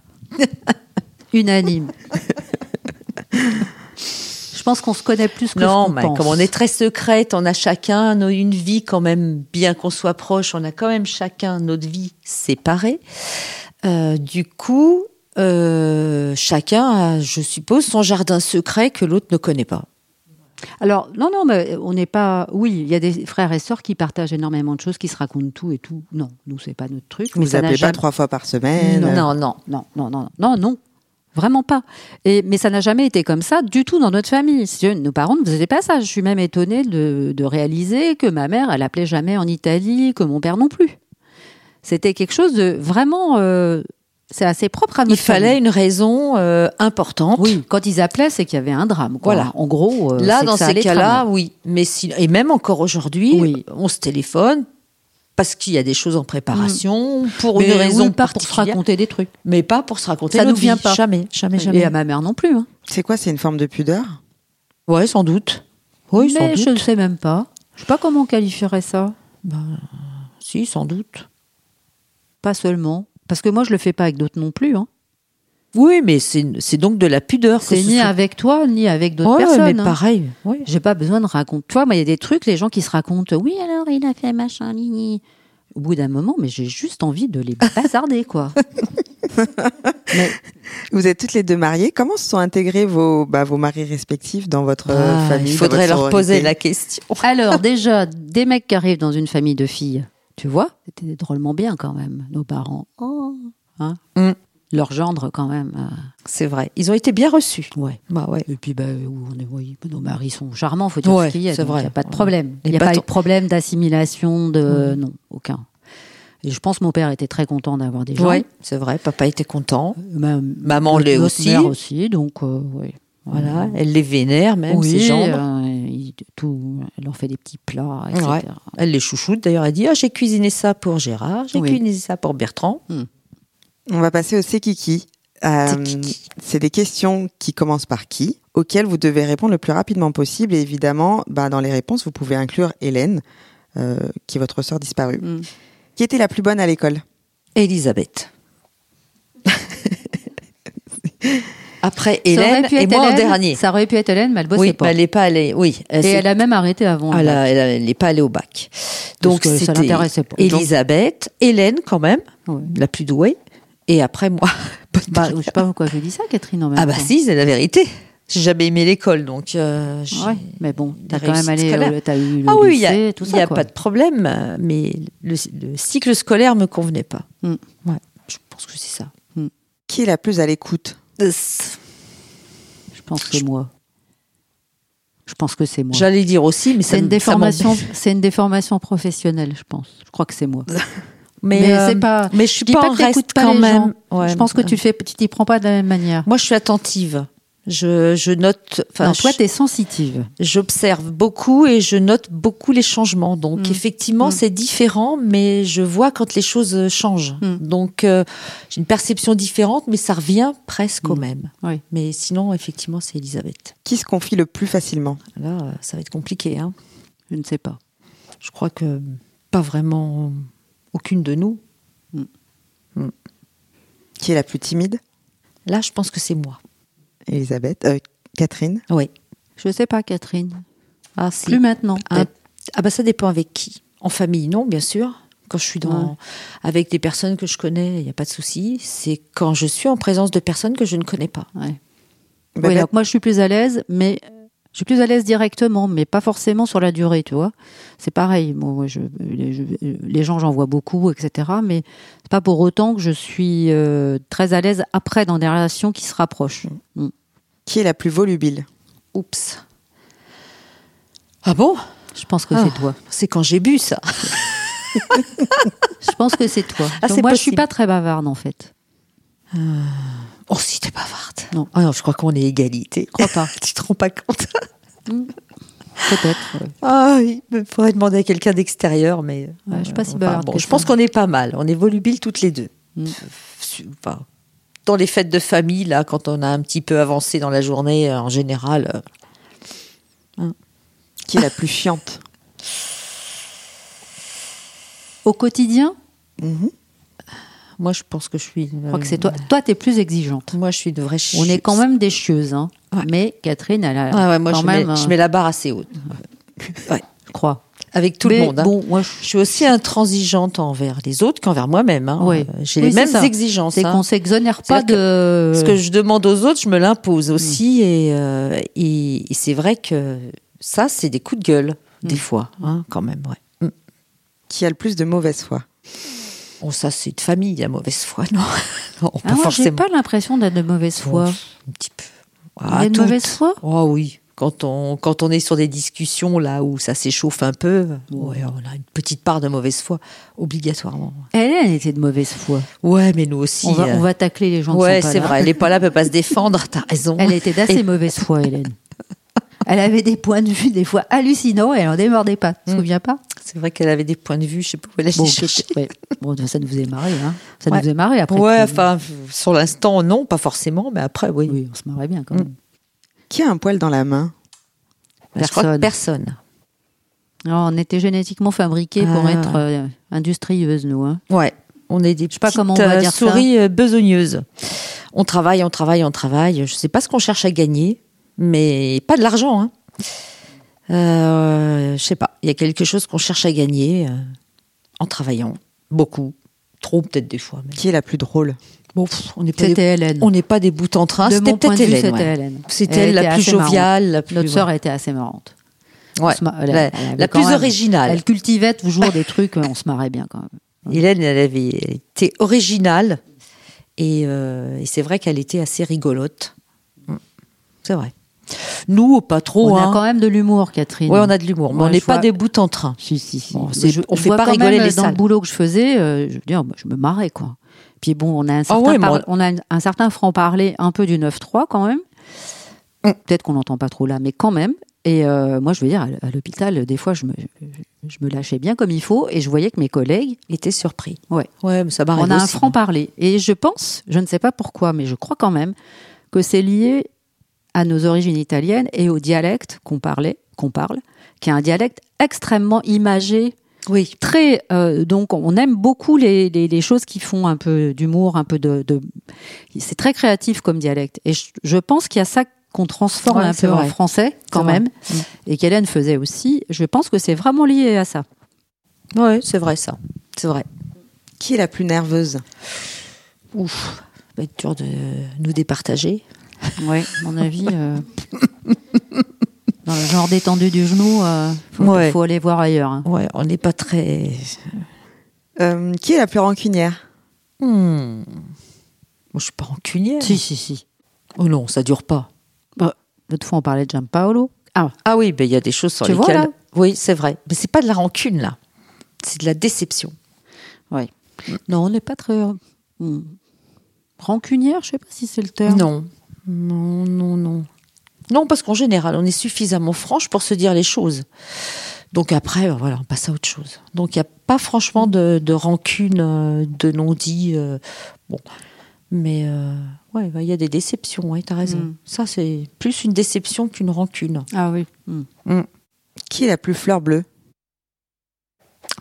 Speaker 2: Unanime. Je pense qu'on se connaît plus que
Speaker 3: Non,
Speaker 2: ce qu'on
Speaker 3: mais
Speaker 2: pense.
Speaker 3: comme on est très secrète, on a chacun nos- une vie quand même, bien qu'on soit proche, on a quand même chacun notre vie séparée. Euh, du coup, euh, chacun a, je suppose, son jardin secret que l'autre ne connaît pas.
Speaker 2: Alors, non, non, mais on n'est pas. Oui, il y a des frères et sœurs qui partagent énormément de choses, qui se racontent tout et tout. Non, nous, c'est pas notre truc.
Speaker 1: Vous
Speaker 2: mais
Speaker 1: vous
Speaker 2: ça n'a
Speaker 1: appelez pas
Speaker 2: jamais-
Speaker 1: trois fois par semaine
Speaker 3: Eh Non,
Speaker 1: euh,
Speaker 3: non,
Speaker 2: Non, non, non, non, non, vraiment pas. Et, mais ça n'a jamais été comme ça du tout dans notre famille. Si tu veux, Nos parents ne faisaient pas ça. Je suis même étonnée de, de réaliser que ma mère, elle appelait jamais en Italie, que mon père non plus. C'était quelque chose de vraiment euh, C'est assez propre à
Speaker 3: Il
Speaker 2: notre
Speaker 3: fallait
Speaker 2: famille.
Speaker 3: une raison euh, importante.
Speaker 2: Oui, quand ils appelaient, c'est qu'il y avait un drame. quoi.
Speaker 3: Voilà.
Speaker 2: En gros, euh, c'est
Speaker 3: Là,
Speaker 2: que
Speaker 3: dans
Speaker 2: ça
Speaker 3: ces
Speaker 2: allait
Speaker 3: cas-là,
Speaker 2: tramer.
Speaker 3: oui. Mais si, et même encore aujourd'hui,
Speaker 2: Oui.
Speaker 3: on se téléphone parce qu'il y a des choses en préparation, pour
Speaker 2: Mais
Speaker 3: une
Speaker 2: oui,
Speaker 3: raison
Speaker 2: par- pour se
Speaker 3: particulière,
Speaker 2: raconter des trucs.
Speaker 3: mais pas pour se raconter
Speaker 2: Ça
Speaker 3: notre
Speaker 2: nous vient
Speaker 3: vie.
Speaker 2: pas.
Speaker 3: Jamais, jamais,
Speaker 2: Et
Speaker 3: jamais.
Speaker 2: à ma mère non plus. Hein.
Speaker 1: C'est quoi C'est une forme de pudeur
Speaker 3: Ouais, sans doute. Oui, sans
Speaker 2: Mais je ne
Speaker 3: doute.
Speaker 2: sais même pas. Je sais pas comment on qualifierait ça.
Speaker 3: Si, sans doute.
Speaker 2: Pas seulement. Parce que moi, je le fais pas avec d'autres non plus. hein.
Speaker 3: Oui, mais c'est c'est donc de la pudeur. que
Speaker 2: C'est
Speaker 3: ce
Speaker 2: ni
Speaker 3: soit-
Speaker 2: avec toi, ni avec d'autres
Speaker 3: Ouais,
Speaker 2: personnes.
Speaker 3: mais
Speaker 2: hein.
Speaker 3: pareil. Oui.
Speaker 2: J'ai pas besoin de raconter. Toi, moi, il y a des trucs, les gens qui se racontent, oui, alors il a fait machin, nini. Au bout d'un moment, mais j'ai juste envie de les bazarder, quoi. mais
Speaker 1: Vous êtes toutes les deux mariées. Comment se sont intégrés vos, bah, vos maris respectifs dans votre euh,
Speaker 3: Ah,
Speaker 1: famille
Speaker 3: il
Speaker 1: dans
Speaker 3: faudrait
Speaker 1: votre
Speaker 3: leur poser
Speaker 1: sororité
Speaker 3: la question.
Speaker 2: alors, déjà, des mecs qui arrivent dans une famille de filles, tu vois, c'était drôlement bien quand même, nos parents. Oh, hein
Speaker 3: Mm.
Speaker 2: Leur gendre, quand même. euh,
Speaker 3: C'est vrai. Ils ont été bien reçus.
Speaker 2: ouais.
Speaker 3: Bah ouais.
Speaker 2: Et puis, bah, où on est, oui, nos maris sont charmants, faut dire
Speaker 3: Ouais,
Speaker 2: ce qu'il y a.
Speaker 3: c'est
Speaker 2: donc
Speaker 3: vrai.
Speaker 2: Il n'y a pas de problème. Il
Speaker 3: Les
Speaker 2: n'y a pas eu de
Speaker 3: bâtons-
Speaker 2: problème d'assimilation, de. Non, aucun. Et je pense que mon père était très content d'avoir des gens.
Speaker 3: Ouais, c'est vrai. Papa était content.
Speaker 2: Ma-
Speaker 3: Maman
Speaker 2: notre-
Speaker 3: l'est
Speaker 2: notre
Speaker 3: aussi.
Speaker 2: mère aussi, donc, euh, oui.
Speaker 3: Voilà. Elle les vénère même,
Speaker 2: oui,
Speaker 3: ses jambes.
Speaker 2: euh, il- tout, elle leur fait des petits plats, etc.
Speaker 3: Ouais. Elle les chouchoute. D'ailleurs, elle dit Ah, j'ai cuisiné ça pour Gérard, j'ai
Speaker 2: Oui.
Speaker 3: cuisiné ça pour Bertrand.
Speaker 1: On va passer au C'est Kiki. Euh,
Speaker 3: C'est Kiki.
Speaker 1: c'est des questions qui commencent par qui, auxquelles vous devez répondre le plus rapidement possible. Et évidemment, bah, dans les réponses, vous pouvez inclure Hélène, euh, qui est votre sœur disparue.
Speaker 2: Mm.
Speaker 1: Qui était la plus bonne à l'école
Speaker 3: Elisabeth. Après
Speaker 2: Ça aurait
Speaker 3: Hélène
Speaker 2: pu
Speaker 3: et
Speaker 2: être
Speaker 3: moi en
Speaker 2: Hélène,
Speaker 3: dernier.
Speaker 2: Ça aurait pu être Hélène, mais elle bossait
Speaker 3: oui,
Speaker 2: pas.
Speaker 3: mais elle n'est pas allée. Oui, euh, elle
Speaker 2: Et
Speaker 3: s'est-
Speaker 2: elle a même arrêté avant.
Speaker 3: elle
Speaker 2: le
Speaker 3: a- elle a- elle n'est pas allée au bac. Donc
Speaker 2: que ça
Speaker 3: c'était
Speaker 2: l'intéressait pas.
Speaker 3: Elisabeth, Hélène quand même,
Speaker 2: Ouais.
Speaker 3: la plus douée, et après moi. Bonne
Speaker 2: Bah,
Speaker 3: dernière.
Speaker 2: je sais pas pourquoi je dis ça, Catherine. En même
Speaker 3: ah bah
Speaker 2: temps.
Speaker 3: si, c'est la vérité. J'ai jamais aimé l'école, donc. euh, j'ai-
Speaker 2: Ouais, mais bon, t'as
Speaker 3: la
Speaker 2: quand même
Speaker 3: réussite
Speaker 2: allé,
Speaker 3: scolaire.
Speaker 2: euh, t'as eu le
Speaker 3: Ah oui, il y a,
Speaker 2: lycée, tout
Speaker 3: il
Speaker 2: ça.
Speaker 3: y a
Speaker 2: quoi.
Speaker 3: pas de problème, euh, mais le, le cycle scolaire me convenait pas.
Speaker 2: Mm.
Speaker 3: Ouais, je pense que c'est ça.
Speaker 1: Qui est la plus à l'écoute
Speaker 2: Euh, Je pense que moi. Je pense que c'est moi.
Speaker 3: J'allais dire aussi, mais ça
Speaker 2: C'est une
Speaker 3: me- ça
Speaker 2: déformation.
Speaker 3: m'embête.
Speaker 2: C'est une déformation professionnelle, je pense. Je crois que c'est moi.
Speaker 3: Mais,
Speaker 2: Mais
Speaker 3: euh,
Speaker 2: c'est pas-
Speaker 3: Mais je suis
Speaker 2: Je dis
Speaker 3: pas,
Speaker 2: pas
Speaker 3: en
Speaker 2: que
Speaker 3: reste
Speaker 2: t'écoutes pas
Speaker 3: quand
Speaker 2: les
Speaker 3: même.
Speaker 2: gens.
Speaker 3: Ouais.
Speaker 2: je pense que tu le fais, tu t'y prends pas de la même manière.
Speaker 3: Moi, je suis attentive. Je, je note. Enfin,
Speaker 2: non, toi,
Speaker 3: je-
Speaker 2: t'es sensitive.
Speaker 3: j'observe beaucoup et je note beaucoup les changements. Donc,
Speaker 2: Mm.
Speaker 3: effectivement, c'est différent, mais je vois quand les choses euh, changent.
Speaker 2: Mm.
Speaker 3: Donc, euh, j'ai une perception différente, mais ça revient presque au même.
Speaker 2: Mm. Oui.
Speaker 3: Mais sinon, effectivement, c'est Elisabeth.
Speaker 1: Qui se confie le plus facilement
Speaker 3: Là, euh, ça va être compliqué. Hein.
Speaker 2: Je ne sais pas.
Speaker 3: Je crois que pas vraiment aucune de nous.
Speaker 1: Qui est la plus timide
Speaker 3: Là, je pense que c'est moi.
Speaker 1: Elisabeth. euh, Catherine.
Speaker 3: Oui.
Speaker 2: Je sais pas, Catherine.
Speaker 3: Ah, si.
Speaker 2: Plus maintenant.
Speaker 3: Un-
Speaker 2: peut-être.
Speaker 3: Ah bah ça dépend avec qui. En famille, non, bien sûr. Quand je suis dans,
Speaker 2: Ouais.
Speaker 3: avec des personnes que je connais, il n'y a pas de souci. C'est quand je suis en présence de personnes que je ne connais pas.
Speaker 2: Ouais.
Speaker 3: Bah,
Speaker 2: Oui,
Speaker 1: Babette,
Speaker 2: donc moi, je suis plus à l'aise, mais euh, je suis plus à l'aise directement, mais pas forcément sur la durée, tu vois. C'est pareil. Moi, moi, je, les, je- les gens, j'en vois beaucoup, etc. Mais c'est pas pour autant que je suis euh, très à l'aise après dans des relations qui se rapprochent. Mm.
Speaker 1: qui est la plus volubile
Speaker 3: Oups. Ah bon
Speaker 2: Je pense que
Speaker 3: Ah,
Speaker 2: c'est toi.
Speaker 3: C'est quand j'ai bu ça.
Speaker 2: Je pense que c'est toi.
Speaker 3: Ah,
Speaker 2: Donc
Speaker 3: c'est
Speaker 2: moi, je suis
Speaker 3: possible.
Speaker 2: pas très bavarde, en fait.
Speaker 3: Oh si t'es bavarde.
Speaker 2: Non.
Speaker 3: Ah non, je crois qu'on est égalité.
Speaker 2: Je crois pas.
Speaker 3: tu te rends pas compte
Speaker 2: Peut-être. ouais.
Speaker 3: Ah oui, il faudrait demander à quelqu'un d'extérieur, mais
Speaker 2: Ouais, je suis pas si
Speaker 3: Enfin,
Speaker 2: bavarde
Speaker 3: bon,
Speaker 2: que
Speaker 3: je
Speaker 2: ça. Mm.
Speaker 3: pense qu'on est pas mal. On est volubiles toutes les deux. Enfin, dans les fêtes de famille, là, quand on a un petit peu avancé dans la journée, euh, en général, euh,
Speaker 1: Qui est la plus chiante
Speaker 2: Au quotidien,
Speaker 3: moi, je pense que je suis. euh,
Speaker 2: je crois que c'est toi. Toi, t'es plus exigeante.
Speaker 3: Moi, Euh. je suis de vraie.
Speaker 2: On est quand même des chieuses, hein.
Speaker 3: Ouais.
Speaker 2: Mais Catherine, elle a
Speaker 3: Ah ouais, moi,
Speaker 2: quand
Speaker 3: je,
Speaker 2: même,
Speaker 3: mets,
Speaker 2: euh,
Speaker 3: je mets la barre assez haute. Ouais,
Speaker 2: je crois.
Speaker 3: avec tout
Speaker 2: Mais
Speaker 3: le monde. hein.
Speaker 2: Bon, moi, je
Speaker 3: Je suis aussi intransigeante envers les autres qu'envers moi-même. hein.
Speaker 2: Oui.
Speaker 3: Euh, J'ai
Speaker 2: Oui,
Speaker 3: les
Speaker 2: c'est
Speaker 3: mêmes
Speaker 2: ça.
Speaker 3: exigences.
Speaker 2: C'est
Speaker 3: hein.
Speaker 2: qu'on s'exonère pas
Speaker 3: C'est-à-dire
Speaker 2: de.
Speaker 3: Ce que je demande aux autres, je me l'impose
Speaker 2: Mm.
Speaker 3: aussi. Et, euh, et- et c'est vrai que ça, c'est des coups de gueule, des
Speaker 2: Mm.
Speaker 3: fois, hein, quand même. Ouais. Mm.
Speaker 1: Qui a le plus de mauvaise foi
Speaker 3: Bon, ça, c'est de famille, la mauvaise foi, non, non
Speaker 2: Ah,
Speaker 3: pas
Speaker 2: moi, j'ai
Speaker 3: forcément.
Speaker 2: pas l'impression d'être de mauvaise foi.
Speaker 3: Un petit peu. Ah,
Speaker 2: Il y a de
Speaker 3: toutes.
Speaker 2: mauvaise foi
Speaker 3: Oh oui. quand on, quand on est sur des discussions là où ça s'échauffe un peu,
Speaker 2: Mmh.
Speaker 3: ouais, on a une petite part de mauvaise foi, obligatoirement.
Speaker 2: Elle, elle était de mauvaise foi.
Speaker 3: Ouais, mais nous aussi.
Speaker 2: on, va,
Speaker 3: euh,
Speaker 2: on va tacler les gens qui
Speaker 3: ouais,
Speaker 2: sont pas
Speaker 3: c'est
Speaker 2: là.
Speaker 3: vrai, elle n'est pas là, elle peut pas se défendre, t'as raison.
Speaker 2: Elle était d'assez mauvaise foi, Hélène. Elle avait des points de vue des fois hallucinants et elle en démordait pas. Tu te
Speaker 3: Mm.
Speaker 2: souviens pas
Speaker 3: C'est vrai qu'elle avait des points de vue, je sais pas où elle a
Speaker 2: Bon,
Speaker 3: cherché.
Speaker 2: ok, ouais. Bon, ça nous faisait marrer, hein. Ça
Speaker 3: Ouais.
Speaker 2: nous faisait marrer après.
Speaker 3: Ouais,
Speaker 2: Puis,
Speaker 3: enfin, sur l'instant, non, pas forcément, mais après, oui.
Speaker 2: Oui, on se marrait bien quand
Speaker 3: Hmm.
Speaker 2: même.
Speaker 1: Qui a un poil dans la main
Speaker 3: Bah, Je crois que
Speaker 2: Personne.
Speaker 3: personne.
Speaker 2: Alors, on était génétiquement fabriqués pour
Speaker 3: Ah.
Speaker 2: être euh, industrieuses, nous. hein.
Speaker 3: Ouais, on est des petites
Speaker 2: pas comment on va
Speaker 3: euh,
Speaker 2: dire ça.
Speaker 3: souris euh, besogneuses. On travaille, on travaille, on travaille. Je sais pas ce qu'on cherche à gagner, mais pas de l'argent. Hein. Euh, je sais pas. Il y a quelque chose qu'on cherche à gagner euh, en travaillant beaucoup, trop peut-être des fois. Mais
Speaker 1: Qui est la plus drôle
Speaker 3: bon, pff, on n'est pas
Speaker 2: C'était
Speaker 3: des,
Speaker 2: Hélène.
Speaker 3: on n'est pas des bouts en train.
Speaker 2: De
Speaker 3: C'était
Speaker 2: mon point
Speaker 3: peut-être
Speaker 2: de vue,
Speaker 3: Hélène.
Speaker 2: c'était
Speaker 3: ouais.
Speaker 2: Hélène.
Speaker 3: C'était
Speaker 2: Elle
Speaker 3: elle la
Speaker 2: était
Speaker 3: plus
Speaker 2: assez marrante.
Speaker 3: joviale, la plus
Speaker 2: Notre sœur était assez marrante.
Speaker 3: ouais,
Speaker 2: se mar- elle-
Speaker 3: la,
Speaker 2: elle avait
Speaker 3: la
Speaker 2: quand
Speaker 3: plus
Speaker 2: même-
Speaker 3: originale.
Speaker 2: Elle cultivait
Speaker 3: Bah.
Speaker 2: toujours des trucs, euh, on se marrait bien quand même.
Speaker 3: Hélène, elle avait été originale et, euh, et c'est vrai qu'elle était assez rigolote. Mm. C'est vrai. Nous, pas trop.
Speaker 2: on
Speaker 3: hein.
Speaker 2: a quand même de l'humour, Catherine.
Speaker 3: Ouais, on a de l'humour, mais
Speaker 2: Ouais,
Speaker 3: on n'est
Speaker 2: je
Speaker 3: pas
Speaker 2: vois-
Speaker 3: des bouts en train.
Speaker 2: Si, si, si.
Speaker 3: Bon, c'est-
Speaker 2: Je-
Speaker 3: on
Speaker 2: je
Speaker 3: fait
Speaker 2: vois
Speaker 3: pas
Speaker 2: quand
Speaker 3: rigoler
Speaker 2: même, euh,
Speaker 3: les
Speaker 2: dans
Speaker 3: sales.
Speaker 2: le boulot que je faisais, euh, je veux dire, bah, je me marrais, quoi. Puis bon, on a un certain,
Speaker 3: Ah ouais, mais
Speaker 2: par-
Speaker 3: on-
Speaker 2: on a un- un certain franc-parler, un peu du 9-3 quand même.
Speaker 3: Mm.
Speaker 2: Peut-être qu'on n'entend pas trop là, mais quand même. Et euh, moi, je veux dire, à l- à l'hôpital, des fois, je me, je- je me lâchais bien comme il faut et je voyais que mes collègues étaient surpris. Ouais.
Speaker 3: Ouais, mais ça m'arrive
Speaker 2: On a un
Speaker 3: aussi.
Speaker 2: franc-parler. Et je pense, je ne sais pas pourquoi, mais je crois quand même que c'est lié à nos origines italiennes et au dialecte qu'on parlait, qu'on parle, qui est un dialecte extrêmement imagé.
Speaker 3: Oui.
Speaker 2: Très, euh, donc on aime beaucoup les, les- les choses qui font un peu d'humour, un peu de, de- c'est très créatif comme dialecte. Et je, je pense qu'il y a ça qu'on transforme
Speaker 3: Ouais,
Speaker 2: un
Speaker 3: c'est
Speaker 2: peu en
Speaker 3: vrai.
Speaker 2: français quand
Speaker 3: C'est vrai. Mm.
Speaker 2: même, et qu'Hélène faisait aussi. Je pense que c'est vraiment lié à ça.
Speaker 3: Ouais, c'est vrai ça. C'est vrai.
Speaker 1: Qui est la plus nerveuse
Speaker 3: Ouf. Ça va être Bah, dur de nous départager.
Speaker 2: Ouais, à mon avis. euh, Dans le genre détendu du genou, euh, faut,
Speaker 3: Ouais.
Speaker 2: faut aller voir ailleurs. hein.
Speaker 3: Ouais, on n'est pas très.
Speaker 1: Euh, Qui est la plus rancunière
Speaker 3: Hmm. Moi, je suis pas rancunière.
Speaker 2: Si, si, si.
Speaker 3: Oh non, ça dure pas.
Speaker 2: Bah, L'autre fois, on parlait de Giampaolo. Ah,
Speaker 3: Ah oui, ben il y a des choses sur
Speaker 2: Tu vois,
Speaker 3: lesquelles.
Speaker 2: là
Speaker 3: oui, c'est vrai. Mais c'est pas de la rancune là. C'est de la déception.
Speaker 2: ouais. Non, on n'est pas très. euh, hmm, Rancunière, je sais pas si c'est le terme.
Speaker 3: Non, non, non, non. Non, parce qu'en général, on est suffisamment franche pour se dire les choses. Donc après, euh, voilà, on passe à autre chose. Donc il n'y a pas franchement de, de rancune, euh, de non-dit. euh, bon, mais euh, ouais, bah, il y a des déceptions, ouais, t'as raison.
Speaker 2: Mm.
Speaker 3: Ça, c'est plus une déception qu'une rancune.
Speaker 2: Ah oui. hmm.
Speaker 1: Qui est la plus fleur bleue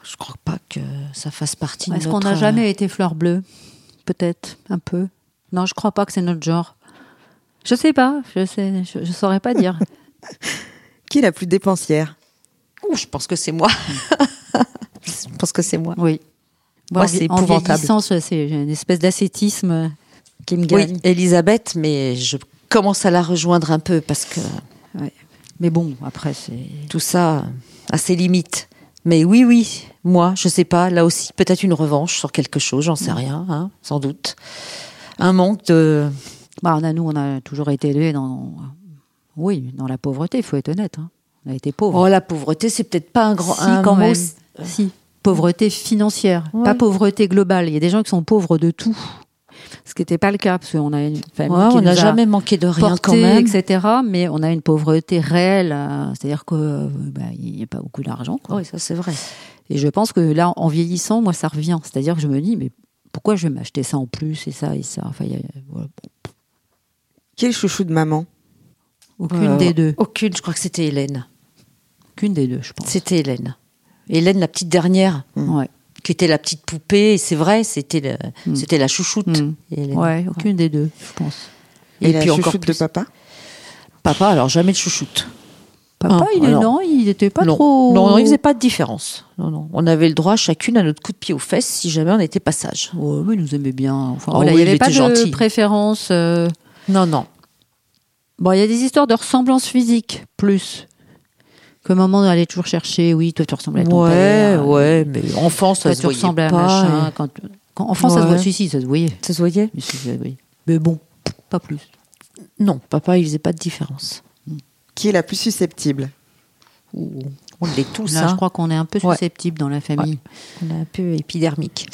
Speaker 3: Je crois pas que ça fasse partie de
Speaker 2: Est-ce qu'on
Speaker 3: notre,
Speaker 2: n'a
Speaker 3: euh,
Speaker 2: jamais été fleur bleue Peut-être, un peu. Non, je crois pas que c'est notre genre. Je sais pas, je sais, je, je saurais pas dire.
Speaker 1: Qui est la plus dépensière
Speaker 3: Ouh, je pense que c'est moi. je pense que c'est moi.
Speaker 2: Oui.
Speaker 3: Moi,
Speaker 2: en-
Speaker 3: c'est
Speaker 2: en
Speaker 3: épouvantable.
Speaker 2: vieillissant, ça, c'est j'ai une espèce d'ascétisme euh, qui me gagne.
Speaker 3: Oui, Elisabeth, mais je commence à la rejoindre un peu parce que
Speaker 2: Mais bon, après, c'est.
Speaker 3: tout ça a ses limites. Mais oui, oui, moi, je sais pas, là aussi, peut-être une revanche sur quelque chose, j'en sais rien, hein, sans doute. Un manque de.
Speaker 2: Bah, on a, nous, on a toujours été élevés dans. Oui, dans la pauvreté, il faut être honnête. hein. On a été pauvres.
Speaker 3: Oh, la pauvreté, c'est peut-être pas un grand.
Speaker 2: Si,
Speaker 3: un
Speaker 2: quand
Speaker 3: mot-
Speaker 2: même. Si. Pauvreté financière,
Speaker 3: Ouais.
Speaker 2: pas pauvreté globale. Il y a des gens qui sont pauvres de tout. Ce qui n'était pas le cas, parce qu'on a une
Speaker 3: Ouais,
Speaker 2: famille qui
Speaker 3: on
Speaker 2: nous
Speaker 3: n'a
Speaker 2: a
Speaker 3: jamais manqué de rien
Speaker 2: portés,
Speaker 3: quand même.
Speaker 2: etc. Mais on a une pauvreté réelle. euh, C'est-à-dire qu'il n'y a pas beaucoup d'argent. quoi.
Speaker 3: Oui, ça c'est vrai.
Speaker 2: Et je pense que là, en vieillissant, moi, ça revient. C'est-à-dire que je me dis, mais pourquoi je vais m'acheter ça en plus et ça et ça Enfin, il y a- voilà.
Speaker 1: Qui est le chouchou de maman
Speaker 2: Aucune
Speaker 3: Euh,
Speaker 2: des deux.
Speaker 3: Aucune, je crois que c'était Hélène.
Speaker 2: Aucune des deux, je pense. Mm.
Speaker 3: C'était Hélène. Hélène, la petite dernière,
Speaker 2: Ouais.
Speaker 3: qui était la petite poupée, et c'est vrai, c'était le- c'était la chouchoute.
Speaker 2: Mm.
Speaker 3: Hélène.
Speaker 2: Ouais, aucune des deux, je pense.
Speaker 1: Et,
Speaker 3: Et,
Speaker 1: la
Speaker 3: puis
Speaker 1: chouchoute
Speaker 3: encore
Speaker 1: de
Speaker 3: plus.
Speaker 1: papa
Speaker 3: Papa, alors jamais de chouchoute.
Speaker 2: Papa,
Speaker 3: Ah,
Speaker 2: il est
Speaker 3: alors.
Speaker 2: non, il n'était pas
Speaker 3: non.
Speaker 2: trop.
Speaker 3: Non, non, il faisait pas de différence. Non, non. On avait le droit chacune à notre coup de pied aux fesses si jamais on n'était pas sage.
Speaker 2: Ouais, mais il nous aimait bien. Enfin,
Speaker 3: Oh
Speaker 2: voilà, il
Speaker 3: oui,
Speaker 2: n'y
Speaker 3: il
Speaker 2: avait pas de
Speaker 3: était gentil.
Speaker 2: préférence. euh.
Speaker 3: Non, non.
Speaker 2: Bon, il y a des histoires de ressemblance physique, plus. Que maman allait toujours chercher, oui, toi tu ressembles à ton
Speaker 3: ouais,
Speaker 2: père. euh,
Speaker 3: ouais, mais enfant, ça
Speaker 2: Toi
Speaker 3: se
Speaker 2: tu
Speaker 3: voyait
Speaker 2: ressembles
Speaker 3: pas.
Speaker 2: à machin.
Speaker 3: et-
Speaker 2: Quand, quand- enfant, ça se
Speaker 3: Ouais.
Speaker 2: voyait. Si, si, ça se voyait.
Speaker 3: Ça se voyait
Speaker 2: Si, si, ça se voyait. Mais bon, pas plus.
Speaker 3: Non, papa, il faisait pas de différence.
Speaker 1: Qui est la plus susceptible
Speaker 3: Ouh, On l'est tous,
Speaker 2: Là,
Speaker 3: hein.
Speaker 2: je crois qu'on est un peu
Speaker 3: Ouais.
Speaker 2: susceptible dans la famille.
Speaker 3: On est un peu épidermique.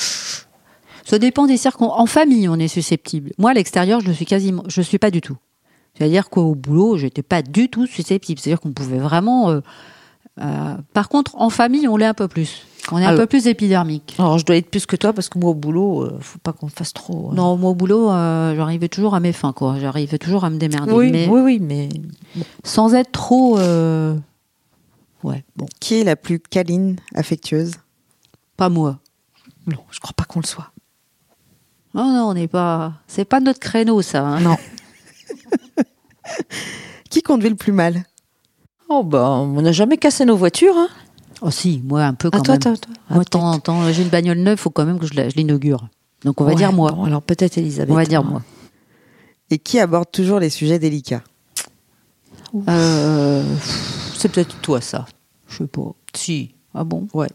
Speaker 2: Ça dépend des circonstances. En famille, on est susceptible. Moi, à l'extérieur, je ne suis quasiment, je suis pas du tout. C'est-à-dire qu'au boulot, j'étais pas du tout susceptible. C'est-à-dire qu'on pouvait vraiment. euh, euh, Par contre, en famille, on l'est un peu plus. On est un
Speaker 3: Alors-
Speaker 2: peu plus épidermique.
Speaker 3: Alors, je dois être plus que toi parce que moi, au boulot, euh, faut pas qu'on me fasse trop. euh,
Speaker 2: Non, moi au boulot, euh, j'arrivais toujours à mes fins, quoi. J'arrivais toujours à me démerder,
Speaker 3: Oui,
Speaker 2: mais
Speaker 3: oui, oui, mais
Speaker 2: sans être trop. euh, Ouais, bon,
Speaker 1: Qui est la plus câline, affectueuse
Speaker 2: pas moi.
Speaker 3: non, je crois pas qu'on le soit.
Speaker 2: Non, non, on n'est pas. C'est pas notre créneau, ça. hein.
Speaker 3: Non.
Speaker 1: Qui conduit le plus mal
Speaker 3: Oh, bah, on n'a jamais cassé nos voitures. Hein.
Speaker 2: Oh, si, moi un peu quand
Speaker 3: Ah, toi,
Speaker 2: même.
Speaker 3: toi, toi.
Speaker 2: Moi,
Speaker 3: Ah,
Speaker 2: de temps en
Speaker 3: peut-être.
Speaker 2: temps, j'ai une bagnole neuve, faut quand même que je la- je l'inaugure. Donc on va
Speaker 3: Ouais,
Speaker 2: dire moi.
Speaker 3: bon, alors, peut-être Elisabeth.
Speaker 2: On va dire moi.
Speaker 1: Et qui aborde toujours les sujets délicats
Speaker 2: Euh,
Speaker 3: C'est peut-être toi, ça.
Speaker 2: je sais pas.
Speaker 3: Si.
Speaker 2: Ah bon
Speaker 3: Ouais.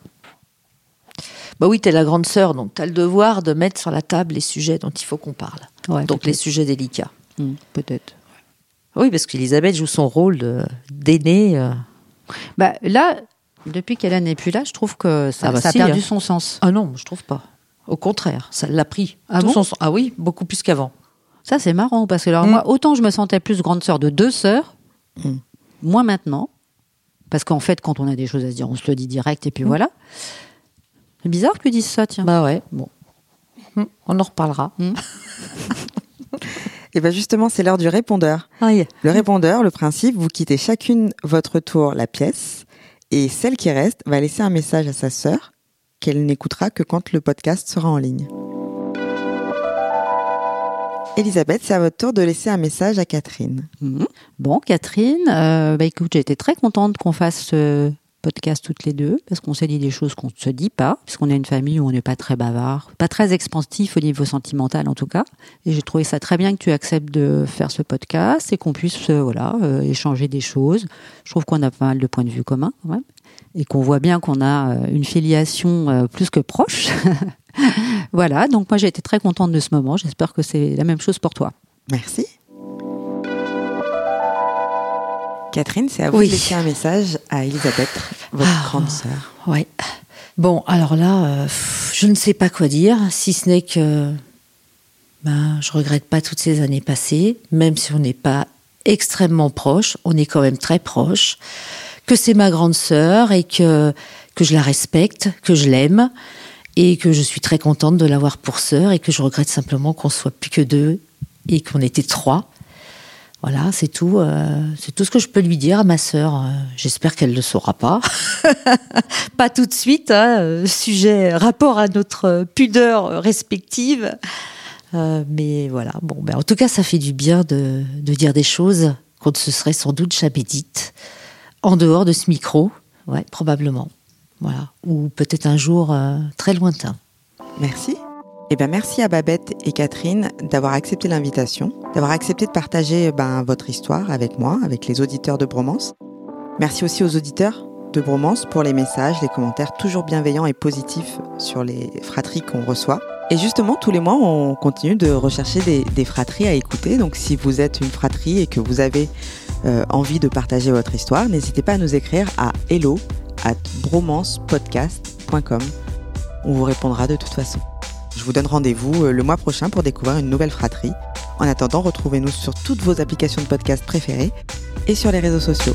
Speaker 3: Bah oui, t'es la grande sœur, donc t'as le devoir de mettre sur la table les sujets dont il faut qu'on parle.
Speaker 2: Ouais,
Speaker 3: donc les
Speaker 2: peut-être.
Speaker 3: sujets délicats.
Speaker 2: Hmm, Peut-être.
Speaker 3: Oui, parce qu'Elisabeth joue son rôle de- d'aînée. euh.
Speaker 2: Bah, là, depuis qu'elle n'est plus là, je trouve que ça,
Speaker 3: Ah bah
Speaker 2: ça a
Speaker 3: si,
Speaker 2: perdu
Speaker 3: hein.
Speaker 2: son sens.
Speaker 3: Ah non, je trouve pas. Au contraire, ça l'a pris.
Speaker 2: Ah
Speaker 3: Tout
Speaker 2: bon
Speaker 3: son sens- ah oui, beaucoup plus qu'avant.
Speaker 2: Ça, c'est marrant, parce que alors,
Speaker 3: Hmm.
Speaker 2: moi, autant je me sentais plus grande sœur de deux sœurs,
Speaker 3: Mm.
Speaker 2: moins maintenant. Parce qu'en fait, quand on a des choses à se dire, on se le dit direct, et puis voilà. C'est bizarre que lui dise ça, tiens.
Speaker 3: Mm. Bah ouais, bon. Hmm, On en reparlera.
Speaker 2: Hum.
Speaker 1: Et bien Eh ben, justement, c'est l'heure du répondeur.
Speaker 3: Aïe.
Speaker 1: Le répondeur, le principe, vous quittez chacune votre tour la pièce et celle qui reste va laisser un message à sa sœur qu'elle n'écoutera que quand le podcast sera en ligne. Elisabeth, c'est à votre tour de laisser un message à Catherine.
Speaker 2: Mhm. Bon, Catherine, euh, bah, écoute, j'ai été très contente qu'on fasse ce podcast toutes les deux, parce qu'on s'est dit des choses qu'on ne se dit pas, puisqu'on est une famille où on n'est pas très bavard, pas très expansif au niveau sentimental en tout cas. Et j'ai trouvé ça très bien que tu acceptes de faire ce podcast et qu'on puisse euh, voilà, euh, échanger des choses. Je trouve qu'on a pas mal de points de vue communs quand même, et qu'on voit bien qu'on a euh, une filiation euh, plus que proche. voilà, donc moi j'ai été très contente de ce moment, j'espère que c'est la même chose pour toi.
Speaker 1: Merci. Catherine, c'est à vous
Speaker 3: Oui.
Speaker 1: de laisser un message à Elisabeth, votre
Speaker 3: Ah.
Speaker 1: grande sœur.
Speaker 3: Ouais. Bon, alors là, euh, pff, je ne sais pas quoi dire, si ce n'est que ben, je regrette pas toutes ces années passées, même si on n'est pas extrêmement proche, on est quand même très proche, que c'est ma grande sœur et que, que je la respecte, que je l'aime et que je suis très contente de l'avoir pour sœur et que je regrette simplement qu'on soit plus que deux et qu'on était trois. Voilà, c'est tout. euh, c'est tout ce que je peux lui dire à ma sœur. Euh, J'espère qu'elle ne le saura pas. pas tout de suite. hein, euh, sujet rapport à notre euh, pudeur euh, respective. Euh, mais voilà. Bon, ben, en tout cas, ça fait du bien de, de dire des choses qu'on ne se serait sans doute jamais dites en dehors de ce micro. Ouais, probablement. Voilà. Ou peut-être un jour euh, très lointain.
Speaker 1: Merci. Eh ben, merci à Babette et Catherine d'avoir accepté l'invitation, d'avoir accepté de partager ben, votre histoire avec moi, avec les auditeurs de Bromance. Merci aussi aux auditeurs de Bromance pour les messages, les commentaires toujours bienveillants et positifs sur les fratries qu'on reçoit. Et justement, tous les mois, on continue de rechercher des, des fratries à écouter. Donc si vous êtes une fratrie et que vous avez euh, envie de partager votre histoire, n'hésitez pas à nous écrire à hello at bromancepodcast.com. On vous répondra de toute façon. Je vous donne rendez-vous euh, le mois prochain pour découvrir une nouvelle fratrie. En attendant, retrouvez-nous sur toutes vos applications de podcast préférées et sur les réseaux sociaux.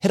Speaker 4: Hit